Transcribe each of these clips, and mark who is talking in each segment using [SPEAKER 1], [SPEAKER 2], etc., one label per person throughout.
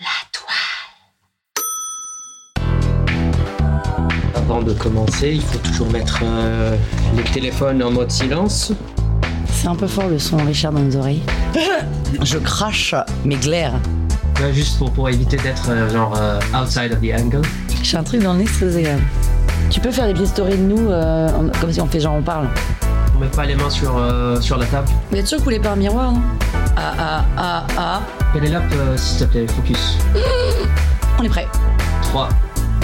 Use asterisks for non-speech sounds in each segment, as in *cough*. [SPEAKER 1] La toile.
[SPEAKER 2] Avant de commencer, il faut toujours mettre euh, les téléphones en mode silence.
[SPEAKER 3] C'est un peu fort le son Richard dans nos oreilles. *laughs* Je crache mes glaires.
[SPEAKER 2] Ouais, juste pour, pour éviter d'être euh, genre euh, outside of the angle.
[SPEAKER 3] J'ai un truc dans le nez, c'est désagréable. Tu peux faire des petites stories de nous, euh, en- comme si on fait genre on parle.
[SPEAKER 2] On met pas les mains sur, euh, sur la table.
[SPEAKER 3] Vous êtes sûr que vous voulez pas un miroir, non Ah ah ah ah.
[SPEAKER 2] Pénélope, euh, s'il te plaît, focus.
[SPEAKER 3] *gasps* On est prêt.
[SPEAKER 2] 3,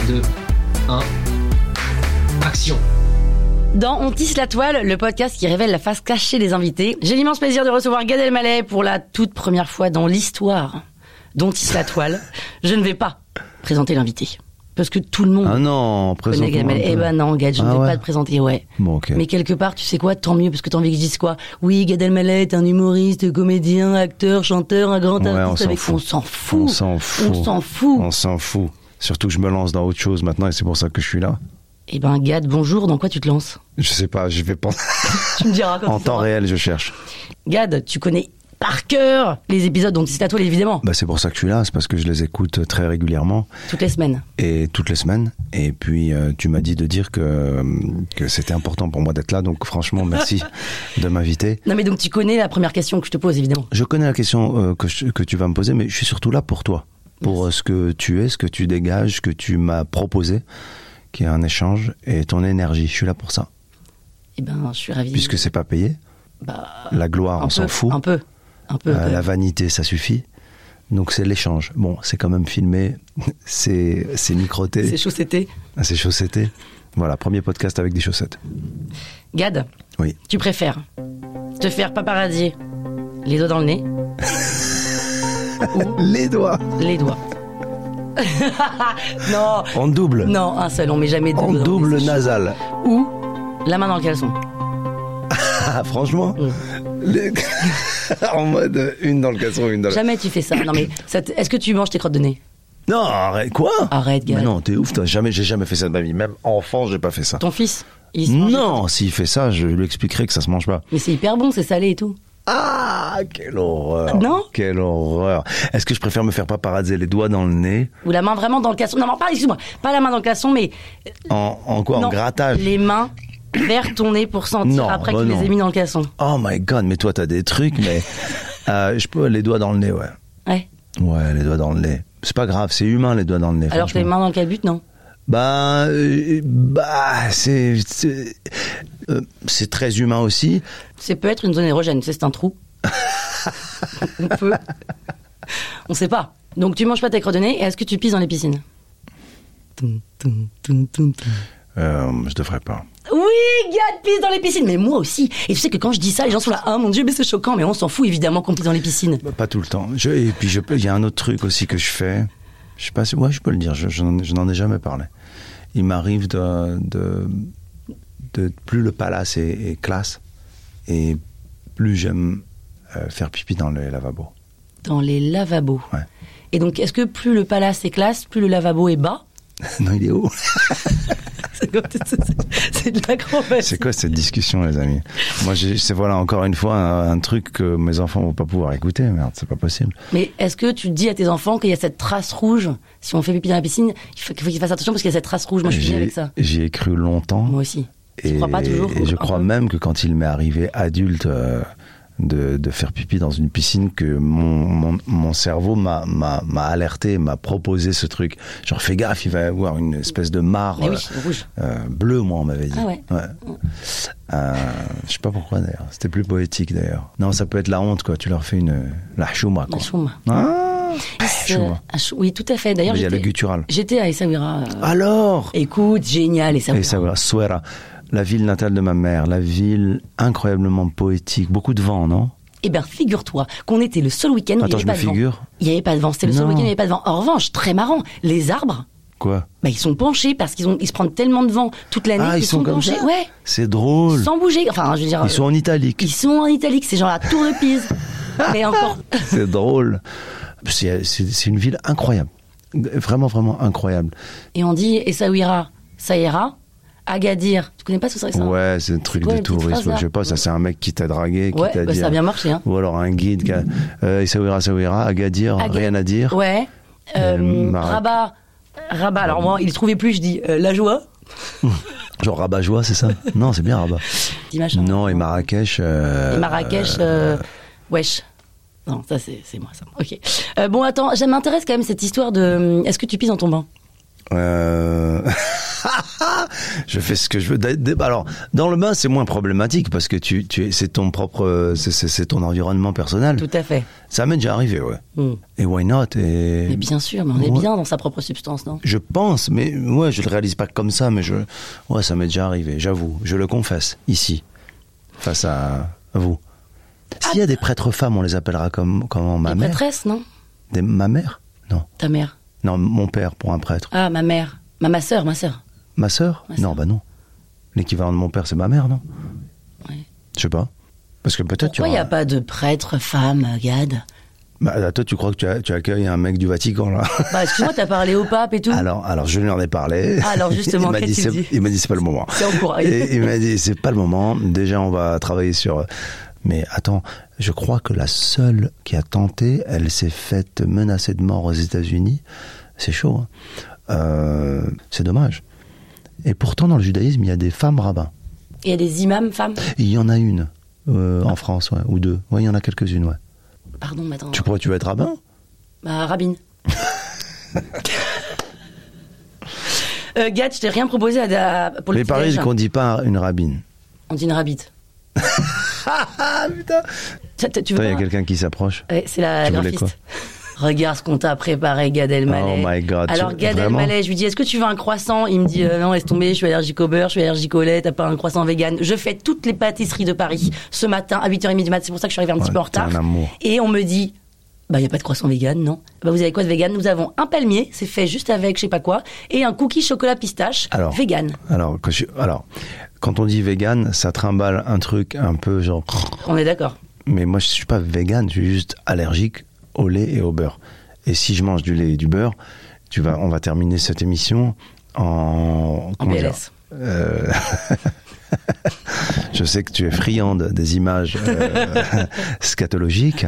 [SPEAKER 2] 2, 1. Action.
[SPEAKER 3] Dans On tisse la toile, le podcast qui révèle la face cachée des invités, j'ai l'immense plaisir de recevoir Gad Elmaleh pour la toute première fois dans l'histoire d'On tisse la toile. Je ne vais pas présenter l'invité. Parce que tout le monde *laughs*
[SPEAKER 4] Ah non, présente
[SPEAKER 3] connaît Gad Elmaleh. Eh ben non, Gad, je ne
[SPEAKER 4] Ah
[SPEAKER 3] vais
[SPEAKER 4] ouais.
[SPEAKER 3] pas te présenter, ouais.
[SPEAKER 4] Bon, ok.
[SPEAKER 3] Mais quelque part, tu sais quoi, tant mieux, parce que t'as envie que je dise quoi Oui, Gad Elmaleh est un humoriste, comédien, acteur, chanteur, un grand
[SPEAKER 4] Ouais, on
[SPEAKER 3] artiste
[SPEAKER 4] s'en
[SPEAKER 3] avec...
[SPEAKER 4] fout.
[SPEAKER 3] On s'en fout
[SPEAKER 4] On s'en fout.
[SPEAKER 3] On s'en fout
[SPEAKER 4] On s'en fout. Surtout que je me lance dans autre chose maintenant et c'est pour ça que je suis là.
[SPEAKER 3] Eh ben, Gad, bonjour, dans quoi tu te lances
[SPEAKER 4] Je sais pas, je
[SPEAKER 3] *laughs*
[SPEAKER 4] vais penser.
[SPEAKER 3] Tu me diras quand
[SPEAKER 4] en
[SPEAKER 3] tu
[SPEAKER 4] temps
[SPEAKER 3] sauras.
[SPEAKER 4] réel, je cherche.
[SPEAKER 3] Gad, tu connais par cœur les épisodes dont c'est à toi, évidemment,
[SPEAKER 4] Bah, c'est pour ça que je suis là, c'est parce que je les écoute très régulièrement
[SPEAKER 3] toutes les semaines.
[SPEAKER 4] et toutes les semaines. Et puis, euh, tu m'as dit de dire que, que c'était important pour moi d'être là, donc
[SPEAKER 3] *laughs*
[SPEAKER 4] franchement, merci de m'inviter.
[SPEAKER 3] Non mais donc tu connais la première question que je te pose, évidemment.
[SPEAKER 4] Je connais la question euh, que, je- que tu vas me poser, mais je suis surtout là pour toi, pour euh, ce que tu es, ce que tu dégages, ce que tu m'as proposé, qui est un échange, et ton énergie. Je suis là pour ça.
[SPEAKER 3] Eh ben, je suis ravie.
[SPEAKER 4] puisque c'est pas payé.
[SPEAKER 3] Bah,
[SPEAKER 4] La gloire,
[SPEAKER 3] un
[SPEAKER 4] on s'en
[SPEAKER 3] peu,
[SPEAKER 4] fout.
[SPEAKER 3] Un peu, un peu.
[SPEAKER 4] Euh,
[SPEAKER 3] quand
[SPEAKER 4] la
[SPEAKER 3] même.
[SPEAKER 4] vanité, ça suffit. Donc c'est l'échange. Bon, c'est quand même filmé, *laughs* c'est c'est
[SPEAKER 3] C'est
[SPEAKER 4] microté, Ah,
[SPEAKER 3] chaud, c'était.
[SPEAKER 4] c'est chaussetté. Voilà, premier podcast avec des chaussettes.
[SPEAKER 3] Gad,
[SPEAKER 4] Oui.
[SPEAKER 3] tu préfères te faire paparazzier les doigts dans le nez
[SPEAKER 4] Les doigts
[SPEAKER 3] les doigts. *laughs* non,
[SPEAKER 4] En double.
[SPEAKER 3] non, un seul, on met jamais deux.
[SPEAKER 4] En
[SPEAKER 3] dans les
[SPEAKER 4] double
[SPEAKER 3] sèches.
[SPEAKER 4] nasal.
[SPEAKER 3] Ou la main dans le caleçon.
[SPEAKER 4] Ah, franchement, les- *laughs* en mode euh, une dans le casseron, une dans le.
[SPEAKER 3] Jamais tu fais ça. Non mais, ça te- est-ce que tu manges tes crottes de nez
[SPEAKER 4] Non, arrête quoi
[SPEAKER 3] Arrête, Gaël.
[SPEAKER 4] Mais non, t'es ouf, toi. Jamais, j'ai jamais fait ça de ma vie. Même enfant, j'ai pas fait ça.
[SPEAKER 3] Ton fils il se mange-
[SPEAKER 4] Non, s'il fait ça, je lui expliquerai que ça se mange pas.
[SPEAKER 3] Mais c'est hyper bon, c'est salé et tout.
[SPEAKER 4] Ah, quelle horreur.
[SPEAKER 3] Non
[SPEAKER 4] Quelle horreur. Est-ce que je préfère me faire paparazzer les doigts dans le nez
[SPEAKER 3] Ou la main vraiment dans le caleçon. Non, non, pas, excuse-moi, pas la main dans le caleçon, mais euh,
[SPEAKER 4] En, en quoi
[SPEAKER 3] non,
[SPEAKER 4] En grattage
[SPEAKER 3] Les mains vers ton nez pour sentir
[SPEAKER 4] Non,
[SPEAKER 3] après
[SPEAKER 4] bah
[SPEAKER 3] que tu
[SPEAKER 4] non.
[SPEAKER 3] les ai mis dans le caleçon.
[SPEAKER 4] Oh my god, mais toi t'as des
[SPEAKER 3] *laughs*
[SPEAKER 4] trucs, mais euh, je peux les doigts dans le nez, ouais.
[SPEAKER 3] Ouais.
[SPEAKER 4] Ouais, les doigts dans le nez. C'est pas grave, c'est humain les doigts dans le nez.
[SPEAKER 3] Alors que
[SPEAKER 4] franchement.
[SPEAKER 3] les mains dans le calbut, non
[SPEAKER 4] Bah, euh, bah, c'est c'est euh, c'est très humain aussi.
[SPEAKER 3] Ça peut être une zone érogène, tu sais, c'est un
[SPEAKER 4] *laughs*
[SPEAKER 3] trou. on peut. On sait pas. Donc tu manges pas tes crottes de nez et est-ce que tu pisses dans les piscines Toum, toum, toum, toum, toum.
[SPEAKER 4] Euh, je devrais pas.
[SPEAKER 3] Oui, Gad pisse dans les piscines, mais moi aussi. Et tu sais que quand je dis ça, les gens sont là, ah mon dieu, mais c'est choquant, mais on s'en fout évidemment qu'on pisse dans les piscines.
[SPEAKER 4] Bah, Pas tout le temps. Je- et puis je peux- il y a un autre truc aussi que je fais. Je sais pas si ouais, je peux le dire. Je, je n'en- je n'en ai jamais parlé. Il m'arrive de, de de plus le palace est, est classe et plus j'aime euh, faire pipi dans le lavabo.
[SPEAKER 3] Dans les lavabos.
[SPEAKER 4] Ouais.
[SPEAKER 3] Et donc, est-ce que plus le palace est classe, plus le lavabo est bas *laughs*
[SPEAKER 4] *laughs* non, il est haut.
[SPEAKER 3] C'est comme- c'est- c'est- c'est de l'acrobatie.
[SPEAKER 4] C'est quoi cette discussion, les amis Moi, j'ai- c'est voilà encore une fois un, un truc que mes enfants vont pas pouvoir écouter. Merde, c'est pas possible.
[SPEAKER 3] Mais est-ce que tu dis à tes enfants qu'il y a cette trace rouge Si on fait pipi dans la piscine, il faut qu'il faut qu'ils fassent attention parce qu'il y a cette trace rouge. Moi, je suis
[SPEAKER 4] J'y
[SPEAKER 3] bien
[SPEAKER 4] ai-
[SPEAKER 3] avec ça.
[SPEAKER 4] J'y ai cru longtemps.
[SPEAKER 3] Moi aussi. Tu
[SPEAKER 4] Et,
[SPEAKER 3] crois pas toujours
[SPEAKER 4] et je
[SPEAKER 3] Un
[SPEAKER 4] crois
[SPEAKER 3] peu.
[SPEAKER 4] même que quand il m'est arrivé adulte euh, de, de faire pipi dans une piscine, que mon, mon, mon cerveau m'a- m'a m'a alerté, m'a proposé ce truc. Genre, fais gaffe, il va y avoir une espèce de mare
[SPEAKER 3] Mais oui,
[SPEAKER 4] euh,
[SPEAKER 3] rouge.
[SPEAKER 4] euh, bleue, moi, on m'avait dit.
[SPEAKER 3] Ah ouais.
[SPEAKER 4] Euh, je sais pas pourquoi d'ailleurs. C'était plus poétique d'ailleurs. Non, ça peut être la honte, quoi. Tu leur fais une. La chouma,
[SPEAKER 3] La
[SPEAKER 4] quoi.
[SPEAKER 3] chouma.
[SPEAKER 4] Ah,
[SPEAKER 3] Pisse,
[SPEAKER 4] chouma.
[SPEAKER 3] euh, un chou- Oui, tout à fait. D'ailleurs,
[SPEAKER 4] Mais il y a
[SPEAKER 3] j'étais-
[SPEAKER 4] le guttural.
[SPEAKER 3] J'étais à Essaouira. euh,
[SPEAKER 4] Alors
[SPEAKER 3] Écoute, génial, Essaouira.
[SPEAKER 4] Et ça, voilà, Suera, la ville natale de ma mère, la ville incroyablement poétique, beaucoup de vent, non
[SPEAKER 3] Eh bien, figure-toi qu'on était le seul week-end où il n'y
[SPEAKER 4] Attends,
[SPEAKER 3] avait
[SPEAKER 4] je
[SPEAKER 3] pas
[SPEAKER 4] me
[SPEAKER 3] de vent.
[SPEAKER 4] figure.
[SPEAKER 3] Il n'y avait pas de vent, c'était le seul
[SPEAKER 4] Non.
[SPEAKER 3] week-end où il n'y avait pas de vent. En revanche, très marrant, les arbres,
[SPEAKER 4] Quoi
[SPEAKER 3] bah, ils sont penchés parce qu'ils ont, ils se prennent tellement de vent toute l'année
[SPEAKER 4] Ah,
[SPEAKER 3] qu'ils
[SPEAKER 4] ils sont comme
[SPEAKER 3] penchés.
[SPEAKER 4] ça
[SPEAKER 3] Ouais,
[SPEAKER 4] C'est drôle.
[SPEAKER 3] sans bouger. Enfin, je veux dire, euh,
[SPEAKER 4] Ils sont en italique.
[SPEAKER 3] ils sont en italique, ces gens-là, tour de Pise. Mais encore,
[SPEAKER 4] *laughs* C'est drôle. C'est c'est- c'est une ville incroyable. Vraiment, vraiment incroyable.
[SPEAKER 3] Et on dit Essaouira, ça ira. Agadir. Tu connais pas ce serait ça
[SPEAKER 4] Ouais, c'est un truc
[SPEAKER 3] quoi
[SPEAKER 4] de
[SPEAKER 3] les petites phrases,
[SPEAKER 4] tourisme.
[SPEAKER 3] là
[SPEAKER 4] Je sais pas, ça c'est un mec qui t'a dragué, qui
[SPEAKER 3] Ouais,
[SPEAKER 4] t'a
[SPEAKER 3] bah,
[SPEAKER 4] dit. euh,
[SPEAKER 3] ça a bien marché, hein.
[SPEAKER 4] Ou alors un guide qui a. Euh, Essaouira, Essaouira, Agadir,
[SPEAKER 3] Aga-
[SPEAKER 4] rien à dire.
[SPEAKER 3] Ouais. Euh,
[SPEAKER 4] Euh, Maroc.
[SPEAKER 3] Rabat. Rabat. Alors moi, il le trouvait plus, je dis euh, la joie.
[SPEAKER 4] Genre rabat
[SPEAKER 3] *laughs*
[SPEAKER 4] joie, c'est ça Non, c'est bien rabat.
[SPEAKER 3] Dis machin.
[SPEAKER 4] Non, et Marrakech. euh,
[SPEAKER 3] Et Marrakech. euh, Wesh. Non, ça c'est c'est moi ça. Ok. Euh, bon attends, ça m'intéresse quand même cette histoire de. hum, Est-ce que tu pisses dans ton bain
[SPEAKER 4] Euh, *laughs* je fais ce que je veux. D'a- d'a- Alors, dans le bain, c'est moins problématique parce que tu, tu es- c'est ton propre, euh, c'est- c'est c'est ton environnement personnel.
[SPEAKER 3] Tout à fait.
[SPEAKER 4] Ça m'est déjà arrivé, ouais.
[SPEAKER 3] Mm.
[SPEAKER 4] Et why not et...
[SPEAKER 3] Mais bien sûr, mais on est
[SPEAKER 4] Ouais.
[SPEAKER 3] bien dans sa propre substance, non
[SPEAKER 4] Je pense, mais ouais, je le réalise pas comme ça, mais je, ouais, ça m'est déjà arrivé. J'avoue, je le confesse ici, face à vous. S'il y a des prêtres femmes, on les appellera comme comment ma
[SPEAKER 3] Ta
[SPEAKER 4] mère,
[SPEAKER 3] prêtresse, non
[SPEAKER 4] des, ma mère, non,
[SPEAKER 3] Ta mère.
[SPEAKER 4] non, mon père pour un prêtre.
[SPEAKER 3] Ah, ma mère. Ma ma sœur, ma sœur.
[SPEAKER 4] Ma sœur
[SPEAKER 3] Ma
[SPEAKER 4] Non,
[SPEAKER 3] sœur.
[SPEAKER 4] bah non. L'équivalent de mon père, c'est ma mère, non
[SPEAKER 3] Ouais.
[SPEAKER 4] Je sais pas. Parce que peut-être tu
[SPEAKER 3] Pourquoi il n'y a
[SPEAKER 4] auras-
[SPEAKER 3] pas de prêtre, femme, gad
[SPEAKER 4] Bah, toi, tu crois que tu, as- tu accueilles un mec du Vatican, là
[SPEAKER 3] Bah excuse-moi, t'as parlé au pape et tout.
[SPEAKER 4] *laughs* Alors, alors, je lui en ai parlé.
[SPEAKER 3] Ah, alors, justement,
[SPEAKER 4] *laughs* il m'a dit,
[SPEAKER 3] qu'est-ce que tu
[SPEAKER 4] c'est-
[SPEAKER 3] dis
[SPEAKER 4] il m'a dit, c'est pas le moment.
[SPEAKER 3] C'est en cours.
[SPEAKER 4] Et il m'a dit, c'est pas le moment. Déjà, on va travailler sur. Mais attends, je crois que la seule qui a tenté, elle s'est faite menacer de mort aux États-Unis. C'est chaud. hein. Euh, c'est dommage. Et pourtant, dans le judaïsme, il y a des femmes rabbins.
[SPEAKER 3] Il y a des imams femmes
[SPEAKER 4] Et Il y en a une euh, en France, ouais, ou deux. Ouais, il y en a quelques-unes, ouais.
[SPEAKER 3] Pardon, mais attends.
[SPEAKER 4] Tu crois que tu vas être rabbin
[SPEAKER 3] Bah, Rabine. euh, Gad, je t'ai rien proposé à, à- pour le
[SPEAKER 4] Mais
[SPEAKER 3] petit
[SPEAKER 4] pareil,
[SPEAKER 3] déj. hein.
[SPEAKER 4] qu'on dit pas une rabbine.
[SPEAKER 3] On dit une rabbite.
[SPEAKER 4] *laughs* Ah putain
[SPEAKER 3] Ça, t- Tu
[SPEAKER 4] Il
[SPEAKER 3] veux
[SPEAKER 4] y a
[SPEAKER 3] pas
[SPEAKER 4] quelqu'un qui s'approche.
[SPEAKER 3] Ouais, C'est la
[SPEAKER 4] Tu voulais
[SPEAKER 3] graphiste. *laughs* Regarde ce qu'on t'a préparé, Gad Elmaleh.
[SPEAKER 4] Oh my God,
[SPEAKER 3] Alors
[SPEAKER 4] tu-
[SPEAKER 3] Gad
[SPEAKER 4] vraiment
[SPEAKER 3] Elmaleh, je lui dis, est-ce que tu veux un croissant Il me dit, euh, non, laisse tomber, je suis allergique au beurre, je suis allergique au lait, t'as pas un croissant vegan. Je fais toutes les pâtisseries de Paris ce matin à 8h30 du matin, c'est pour ça que je suis arrivée un petit
[SPEAKER 4] Ouais,
[SPEAKER 3] peu en
[SPEAKER 4] t'es
[SPEAKER 3] retard.
[SPEAKER 4] un amour.
[SPEAKER 3] Et on me dit, bah, il n'y a pas de croissant vegan, non Bah, vous avez quoi de vegan Nous avons un palmier, c'est fait juste avec je sais pas quoi, et un cookie chocolat pistache,
[SPEAKER 4] Alors,
[SPEAKER 3] vegan.
[SPEAKER 4] Alors, quand je- alors, quand on dit vegan, ça trimballe un truc un peu genre.
[SPEAKER 3] On est d'accord.
[SPEAKER 4] Mais moi, je suis pas vegan, je suis juste allergique au lait et au beurre. Et si je mange du lait et du beurre, tu vas, on va terminer cette émission en. comment dire
[SPEAKER 3] PLS.
[SPEAKER 4] Euh, *laughs* Je sais que tu es friande des images euh, *laughs* scatologiques,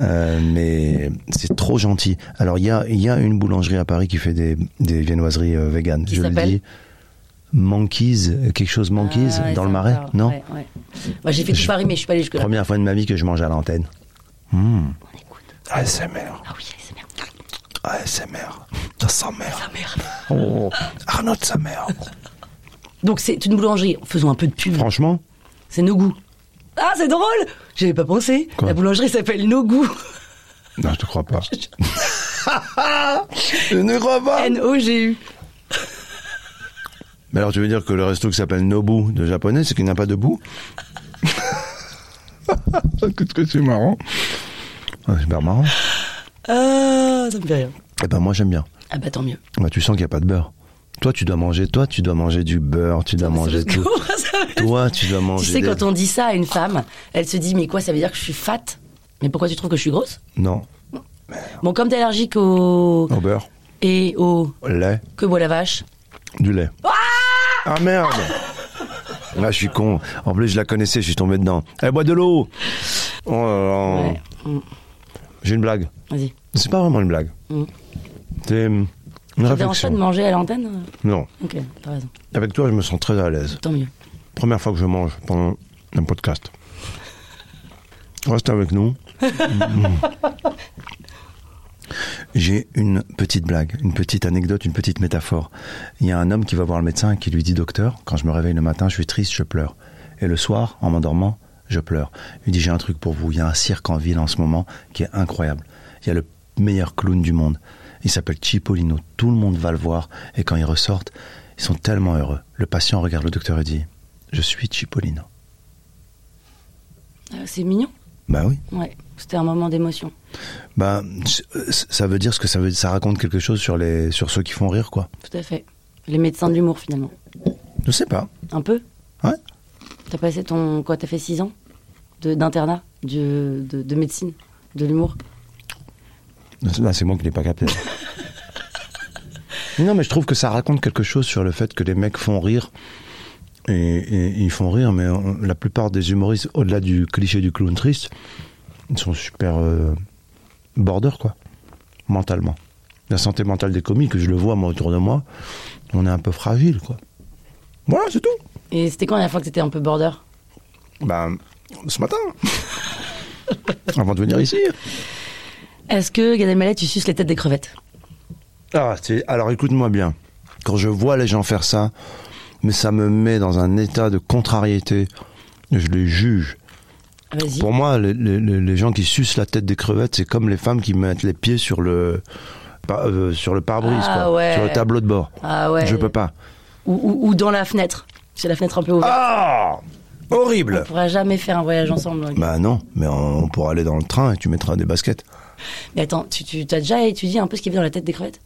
[SPEAKER 4] euh, mais c'est trop gentil. Alors, il y a, il y a une boulangerie à Paris qui fait des, des viennoiseries euh, véganes.
[SPEAKER 3] Qui
[SPEAKER 4] Je le
[SPEAKER 3] s'appelle
[SPEAKER 4] dis. Monkeys, euh, quelque chose Monkeys,
[SPEAKER 3] Ah, ouais,
[SPEAKER 4] dans le
[SPEAKER 3] ça
[SPEAKER 4] marais
[SPEAKER 3] me parle.
[SPEAKER 4] Non
[SPEAKER 3] Ouais, ouais. Moi, j'ai fait tout
[SPEAKER 4] Je-
[SPEAKER 3] Paris, mais je suis pas allée jusque-là.
[SPEAKER 4] Première fois de ma vie que je mange à l'antenne. Hmm.
[SPEAKER 3] On écoute.
[SPEAKER 4] ASMR,
[SPEAKER 3] Ah oui, allez, c'est bien.
[SPEAKER 4] ASMR, sa mère,
[SPEAKER 3] Ah, merde.
[SPEAKER 4] oh. Arnaud sa mère.
[SPEAKER 3] Donc c'est une boulangerie. Faisons un peu de pub.
[SPEAKER 4] Franchement,
[SPEAKER 3] C'est nos goûts. Ah, c'est drôle J'avais pas pensé.
[SPEAKER 4] Quoi
[SPEAKER 3] La boulangerie s'appelle Nos goûts.
[SPEAKER 4] non, je te crois pas. *laughs* je ne
[SPEAKER 3] *laughs*
[SPEAKER 4] crois pas.
[SPEAKER 3] N-O-G-U.
[SPEAKER 4] Mais alors, tu veux dire que le resto qui s'appelle Nobu de japonais, c'est qu'il n'a pas de *laughs* bout Qu'est-ce que c'est marrant Ah, Super marrant.
[SPEAKER 3] Ah, ça me fait rire.
[SPEAKER 4] Eh ben, moi, j'aime bien.
[SPEAKER 3] Ah bah tant mieux.
[SPEAKER 4] Bah, tu sens qu'il n'y a pas de beurre. Toi, tu dois manger. Toi, tu dois manger du beurre. Tu dois manger tout. *laughs* Toi, tu dois manger.
[SPEAKER 3] Tu sais,
[SPEAKER 4] des-
[SPEAKER 3] quand on dit ça à une femme, elle se dit, mais quoi, ça veut dire que je suis fat Mais pourquoi tu trouves que je suis grosse
[SPEAKER 4] Non,
[SPEAKER 3] Bon, comme t'es allergique au...
[SPEAKER 4] au beurre,
[SPEAKER 3] Et au...
[SPEAKER 4] lait,
[SPEAKER 3] Que boit la vache
[SPEAKER 4] du lait. Ah, merde Là, je suis con. En plus, je la connaissais. Je suis tombé dedans. Elle boit de l'eau. Oh là là.
[SPEAKER 3] Ouais. Mm.
[SPEAKER 4] J'ai une blague.
[SPEAKER 3] Vas-y.
[SPEAKER 4] C'est pas vraiment une blague.
[SPEAKER 3] Mm.
[SPEAKER 4] C'est euh, une
[SPEAKER 3] Ça te dérange pas
[SPEAKER 4] réflexion.
[SPEAKER 3] de manger à l'antenne
[SPEAKER 4] Non.
[SPEAKER 3] Ok, t'as raison.
[SPEAKER 4] Avec toi, je me sens très à l'aise.
[SPEAKER 3] Tant mieux.
[SPEAKER 4] Première fois que je mange pendant un podcast. Reste avec nous. Mhm. J'ai une petite blague, une petite anecdote, une petite métaphore. Il y a un homme qui va voir le médecin et qui lui dit Docteur, quand je me réveille le matin, je suis triste, je pleure. Et le soir, en m'endormant, je pleure. Il dit J'ai un truc pour vous. Il y a un cirque en ville en ce moment qui est incroyable. Il y a le meilleur clown du monde. Il s'appelle Cipollino. Tout le monde va le voir. Et quand ils ressortent, ils sont tellement heureux. Le patient regarde le docteur et dit Je suis Cipollino.
[SPEAKER 3] Ah, C'est mignon.
[SPEAKER 4] Bah oui.
[SPEAKER 3] Ouais, c'était un moment d'émotion.
[SPEAKER 4] Bah, c- ça veut dire ce que ça veut Ça raconte quelque chose sur, les, sur ceux qui font rire, quoi.
[SPEAKER 3] Tout à fait. Les médecins de l'humour, finalement.
[SPEAKER 4] Je sais pas.
[SPEAKER 3] Un peu
[SPEAKER 4] Ouais.
[SPEAKER 3] T'as passé ton. Quoi, t'as fait 6 ans de- d'internat de, de, de médecine, de l'humour
[SPEAKER 4] Là, c'est moi qui l'ai pas capté. non, mais je trouve que ça raconte quelque chose sur le fait que les mecs font rire. Et, et ils font rire, mais on- la plupart des humoristes, au-delà du cliché du clown triste, ils sont super euh, border, quoi, mentalement. La santé mentale des comiques, je le vois, moi, autour de moi, on est un peu fragile, quoi. Voilà, c'est tout.
[SPEAKER 3] Et c'était quand la dernière fois que t'étais un peu border
[SPEAKER 4] Ben, ce matin. Avant de venir ici.
[SPEAKER 3] Est-ce que, Gad Elmaleh, tu suces les têtes des crevettes
[SPEAKER 4] Ah, c'est- alors écoute-moi bien. Quand je vois les gens faire ça, mais ça me met dans un état de contrariété. Je les juge.
[SPEAKER 3] Ah, Vas-y.
[SPEAKER 4] Pour moi, les, les- les- les gens qui sucent la tête des crevettes, c'est comme les femmes qui mettent les pieds sur le par- euh, sur le pare-brise,
[SPEAKER 3] Ah
[SPEAKER 4] quoi,
[SPEAKER 3] ouais.
[SPEAKER 4] sur le tableau de bord.
[SPEAKER 3] Ah ouais.
[SPEAKER 4] Je peux pas.
[SPEAKER 3] Ou, ou- ou dans la fenêtre. C'est la fenêtre un peu ouverte.
[SPEAKER 4] Ah,
[SPEAKER 3] on
[SPEAKER 4] horrible.
[SPEAKER 3] pourra jamais faire un voyage ensemble.
[SPEAKER 4] Bah non, mais on, pourra aller dans le train et tu mettras des baskets.
[SPEAKER 3] Mais attends, tu, tu as déjà étudié un peu ce qui est dans la tête des crevettes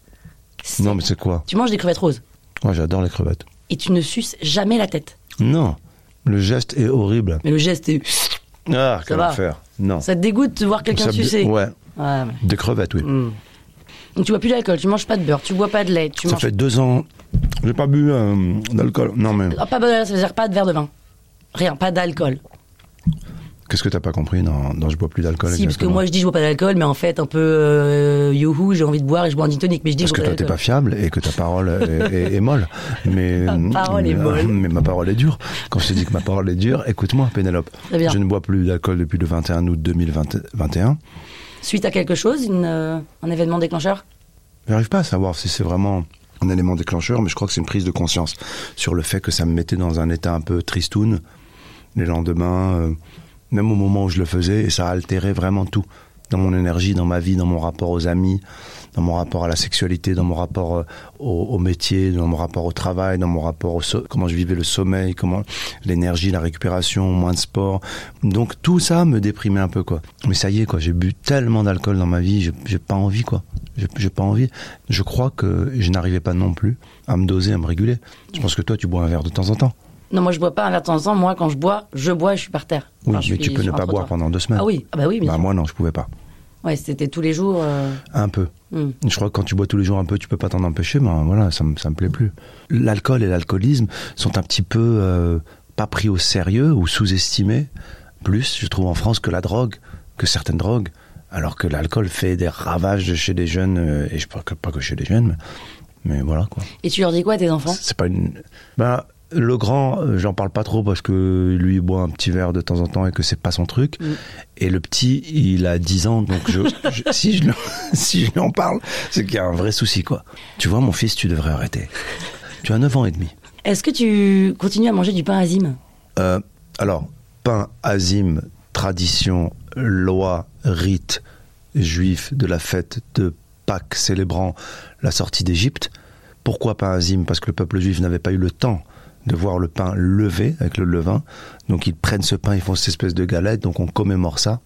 [SPEAKER 3] C'est-
[SPEAKER 4] Non, mais c'est quoi
[SPEAKER 3] Tu manges des crevettes roses
[SPEAKER 4] Moi, j'adore les crevettes.
[SPEAKER 3] et tu ne suces jamais la tête.
[SPEAKER 4] Non, le geste est horrible.
[SPEAKER 3] Mais le geste est. *laughs*
[SPEAKER 4] Ah, quel
[SPEAKER 3] va.
[SPEAKER 4] enfer. Non.
[SPEAKER 3] Ça te dégoûte de voir quelqu'un
[SPEAKER 4] Ça me-
[SPEAKER 3] sucer
[SPEAKER 4] Ouais,
[SPEAKER 3] Ouais, ouais.
[SPEAKER 4] des crevettes, oui.
[SPEAKER 3] Donc tu bois plus d'alcool, tu manges pas de beurre, tu bois pas de lait, tu
[SPEAKER 4] Ça
[SPEAKER 3] manges.
[SPEAKER 4] fait deux ans. J'ai pas bu euh, d'alcool. Non, mais.
[SPEAKER 3] Ah, pas bonheur, ça veut dire pas de verre de vin. Rien, pas d'alcool.
[SPEAKER 4] Qu'est-ce que t'as pas compris dans, dans Je bois plus d'alcool
[SPEAKER 3] Si, parce que
[SPEAKER 4] exactement
[SPEAKER 3] moi je dis je bois pas d'alcool, mais en fait un peu euh, youhou, j'ai envie de boire et je bois un gin tonic, mais je dis euh,
[SPEAKER 4] Parce
[SPEAKER 3] je
[SPEAKER 4] que
[SPEAKER 3] bois
[SPEAKER 4] toi, t'es pas fiable et que ta parole
[SPEAKER 3] *laughs*
[SPEAKER 4] est, est- est molle. Mais,
[SPEAKER 3] Ta parole est
[SPEAKER 4] mais-
[SPEAKER 3] molle.
[SPEAKER 4] *laughs* Mais ma parole est dure. Quand je te dis que ma parole est dure, écoute-moi, Pénélope.
[SPEAKER 3] Très bien.
[SPEAKER 4] Je ne bois plus d'alcool depuis le 21 août 2021.
[SPEAKER 3] Suite à quelque chose, une, euh, un événement déclencheur
[SPEAKER 4] J'arrive pas à savoir si c'est vraiment un élément déclencheur, mais je crois que c'est une prise de conscience sur le fait que ça me mettait dans un état un peu tristoun les lendemains, euh, même au moment où je le faisais, et ça a altéré vraiment tout dans mon énergie, dans ma vie, dans mon rapport aux amis, dans mon rapport à la sexualité, dans mon rapport euh, au, au métier, dans mon rapport au travail, dans mon rapport au so- comment je vivais le sommeil, comment l'énergie, la récupération, moins de sport. Donc tout ça me déprimait un peu quoi. Mais ça y est quoi, j'ai bu tellement d'alcool dans ma vie, j'ai- j'ai pas envie quoi. J'ai- J'ai pas envie. Je crois que je n'arrivais pas non plus à me doser, à me réguler. Je pense que toi tu bois un verre de temps en temps.
[SPEAKER 3] Non, moi je bois pas un verre de temps en temps, moi quand je bois, je bois et je suis par terre.
[SPEAKER 4] Oui,
[SPEAKER 3] Enfin, je
[SPEAKER 4] mais
[SPEAKER 3] suis
[SPEAKER 4] tu peux
[SPEAKER 3] sur
[SPEAKER 4] ne
[SPEAKER 3] un
[SPEAKER 4] pas boire
[SPEAKER 3] trottoir.
[SPEAKER 4] pendant deux semaines.
[SPEAKER 3] Ah oui, ah bah oui, bien
[SPEAKER 4] Bah,
[SPEAKER 3] sûr.
[SPEAKER 4] moi non, je pouvais pas.
[SPEAKER 3] Ouais, c'était tous les jours. euh,
[SPEAKER 4] Un peu.
[SPEAKER 3] hmm.
[SPEAKER 4] Je crois que quand tu bois tous les jours un peu, tu peux pas t'en empêcher, mais euh, voilà, ça me, ça me plaît plus. L'alcool et l'alcoolisme sont un petit peu euh, pas pris au sérieux ou sous-estimés, plus, je trouve, en France que la drogue, que certaines drogues, alors que l'alcool fait des ravages chez les jeunes, euh, et je parle que- pas que chez les jeunes, mais, mais voilà quoi.
[SPEAKER 3] Et tu leur dis quoi à tes enfants
[SPEAKER 4] C'est pas une. Ben, le grand, euh, j'en parle pas trop parce que lui il boit un petit verre de temps en temps et que c'est pas son truc. Et le petit, il a 10 ans, donc je, je- si, je, lui- *laughs* si je lui en parle, c'est qu'il y a un vrai souci, quoi. Tu vois, mon fils, tu devrais arrêter. Tu as 9 ans et demi.
[SPEAKER 3] Est-ce que tu continues à manger du pain azim
[SPEAKER 4] Euh, alors, pain, azim, tradition, loi, rite juif de la fête de Pâques célébrant la sortie d'Égypte. Pourquoi pain azim Parce que le peuple juif n'avait pas eu le temps de voir le pain levé avec le levain. Donc ils prennent ce pain, ils font cette espèce de galette, donc on commémore ça.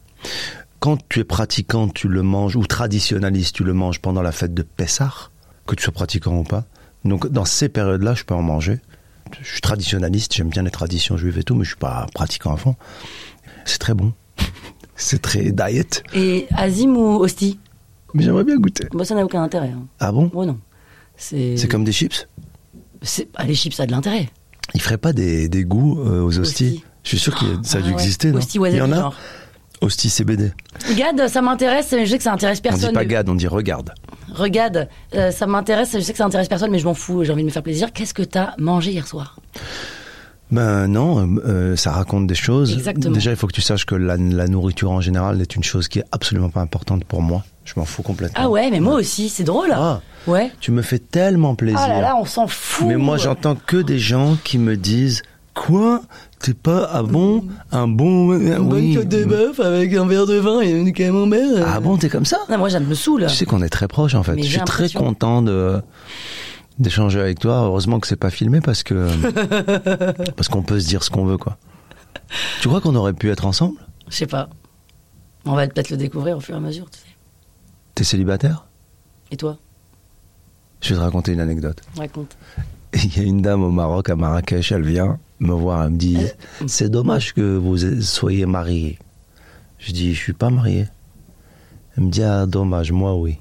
[SPEAKER 4] Quand tu es pratiquant, tu le manges, ou traditionnaliste, tu le manges pendant la fête de Pessah, que tu sois pratiquant ou pas. Donc dans ces périodes-là, je peux en manger je suis traditionnaliste, j'aime bien les traditions juives et tout, mais je suis pas pratiquant à fond. C'est très bon. *laughs* C'est très diet.
[SPEAKER 3] Et azim ou hostie
[SPEAKER 4] Mais j'aimerais bien goûter.
[SPEAKER 3] Moi ça n'a aucun intérêt. hein.
[SPEAKER 4] Ah bon
[SPEAKER 3] Moi non. C'est.
[SPEAKER 4] C'est comme des chips
[SPEAKER 3] c'est- Ah, les chips, ça a de l'intérêt.
[SPEAKER 4] Ils feraient pas des, des goûts euh, aux hosties
[SPEAKER 3] Hosties.
[SPEAKER 4] Je suis sûr que ça a dû
[SPEAKER 3] Ah ouais.
[SPEAKER 4] exister, non
[SPEAKER 3] Hostie wasabi,
[SPEAKER 4] Il y en a
[SPEAKER 3] genre.
[SPEAKER 4] Hostie CBD.
[SPEAKER 3] Gad, ça m'intéresse, mais je sais que ça intéresse
[SPEAKER 4] On
[SPEAKER 3] personne.
[SPEAKER 4] dit pas
[SPEAKER 3] mais-
[SPEAKER 4] gade, on dit regarde.
[SPEAKER 3] Regarde, euh, ça m'intéresse, je sais que ça intéresse personne, mais je m'en fous, j'ai envie de me faire plaisir. Qu'est-ce que t'as mangé hier soir
[SPEAKER 4] Ben non, euh, euh, ça raconte des choses.
[SPEAKER 3] Exactement.
[SPEAKER 4] Déjà, il faut que tu saches que la, la nourriture en général est une chose qui est absolument pas importante pour moi. Je m'en fous complètement.
[SPEAKER 3] Ah ouais, mais moi aussi, c'est drôle.
[SPEAKER 4] Ah.
[SPEAKER 3] Ouais.
[SPEAKER 4] Tu me fais tellement plaisir.
[SPEAKER 3] Ah là là, on s'en fout.
[SPEAKER 4] Mais moi, j'entends que des gens qui me disent Quoi T'es pas ah bon un bon oui.
[SPEAKER 3] bœuf Eh ben, avec un verre de vin et une camembert.
[SPEAKER 4] Ah bon, t'es comme ça
[SPEAKER 3] Moi, ça me saoule.
[SPEAKER 4] Tu sais qu'on est très proches en fait.
[SPEAKER 3] Mais
[SPEAKER 4] Je
[SPEAKER 3] j'ai
[SPEAKER 4] suis très
[SPEAKER 3] l'impression-
[SPEAKER 4] content de d'échanger avec toi. Heureusement que c'est pas filmé parce que
[SPEAKER 3] *laughs*
[SPEAKER 4] parce qu'on peut se dire ce qu'on veut quoi. Tu crois qu'on aurait pu être ensemble
[SPEAKER 3] Je sais pas. On va peut-être le découvrir au fur et à mesure, tu sais.
[SPEAKER 4] T'es célibataire
[SPEAKER 3] Et toi
[SPEAKER 4] Je vais te raconter une anecdote.
[SPEAKER 3] Raconte.
[SPEAKER 4] *laughs* Il y a une dame au Maroc, à Marrakech, elle vient me voir, elle me dit
[SPEAKER 3] Eh.
[SPEAKER 4] C'est dommage que vous soyez marié. Je dis Je suis pas marié. Elle me dit Ah, dommage, moi oui.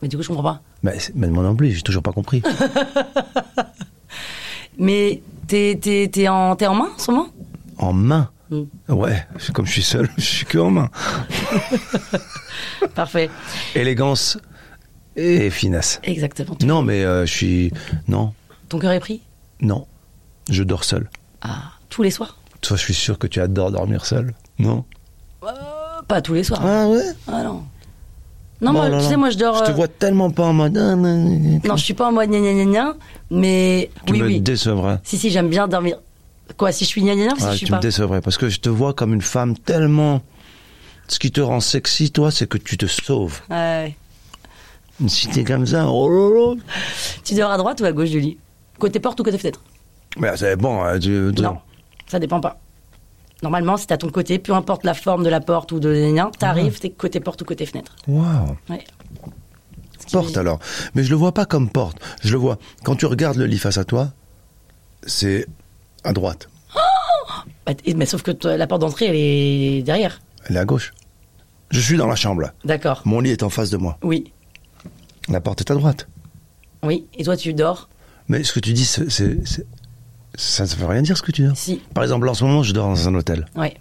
[SPEAKER 3] Mais du coup, je comprends pas.
[SPEAKER 4] Mais, mais moi non plus, j'ai toujours pas
[SPEAKER 3] *laughs*
[SPEAKER 4] compris.
[SPEAKER 3] Mais t'es, t'es, t'es en, t'es en main en ce
[SPEAKER 4] *laughs*
[SPEAKER 3] moment
[SPEAKER 4] En main
[SPEAKER 3] Mm.
[SPEAKER 4] Ouais, comme je suis seul, *laughs* je suis que en main.
[SPEAKER 3] Parfait.
[SPEAKER 4] Élégance et finesse.
[SPEAKER 3] Exactement.
[SPEAKER 4] Non, mais euh, je suis. Non,
[SPEAKER 3] Ton cœur est pris
[SPEAKER 4] non. Je dors seul.
[SPEAKER 3] Ah, tous les soirs
[SPEAKER 4] Toi, je suis sûr que tu adores dormir seul. Non
[SPEAKER 3] Euh, Pas tous les soirs.
[SPEAKER 4] Ah ouais
[SPEAKER 3] Ah non. Non,
[SPEAKER 4] Bon,
[SPEAKER 3] moi,
[SPEAKER 4] Oh là,
[SPEAKER 3] tu
[SPEAKER 4] là.
[SPEAKER 3] sais, moi je dors.
[SPEAKER 4] Je te
[SPEAKER 3] euh,
[SPEAKER 4] vois tellement pas en mode. ah, nan, nan, nan.
[SPEAKER 3] Non, je suis pas en mode gna gna gna gna, mais
[SPEAKER 4] tu
[SPEAKER 3] oui,
[SPEAKER 4] me
[SPEAKER 3] oui.
[SPEAKER 4] décevrais.
[SPEAKER 3] Si, si, j'aime bien dormir. Quoi, si je suis gna gna gna ou si
[SPEAKER 4] Ah,
[SPEAKER 3] je suis
[SPEAKER 4] tu
[SPEAKER 3] pas
[SPEAKER 4] me décevrais parce que je te vois comme une femme tellement. Ce qui te rend sexy, toi, c'est que tu te sauves.
[SPEAKER 3] Ouais.
[SPEAKER 4] Si t'es comme ça, oh là là.
[SPEAKER 3] Tu dors à droite ou à gauche du lit Côté porte ou côté fenêtre
[SPEAKER 4] Mais c'est bon, euh, tu- tu-
[SPEAKER 3] Non, ça dépend pas. Normalement, si t'as ton côté, peu importe la forme de la porte ou de gna gna,
[SPEAKER 4] Ah.
[SPEAKER 3] t'arrives, t'es côté porte ou côté fenêtre.
[SPEAKER 4] Waouh.
[SPEAKER 3] Ouais.
[SPEAKER 4] Porte alors. Mais je le vois pas comme porte. Je le vois. Quand tu regardes le lit face à toi, c'est à droite.
[SPEAKER 3] Bah, t- mais sauf que toi, la porte d'entrée, elle est derrière.
[SPEAKER 4] Elle est à gauche. Je suis dans la chambre. là.
[SPEAKER 3] D'accord.
[SPEAKER 4] Mon lit est en face de moi.
[SPEAKER 3] Oui,
[SPEAKER 4] La porte est à droite.
[SPEAKER 3] oui. Et toi, tu dors
[SPEAKER 4] Mais ce que tu dis, c'est, c'est- c'est- ça ne veut rien dire ce que tu dis.
[SPEAKER 3] Si.
[SPEAKER 4] Par exemple, en ce moment, je dors dans un hôtel.
[SPEAKER 3] Ouais.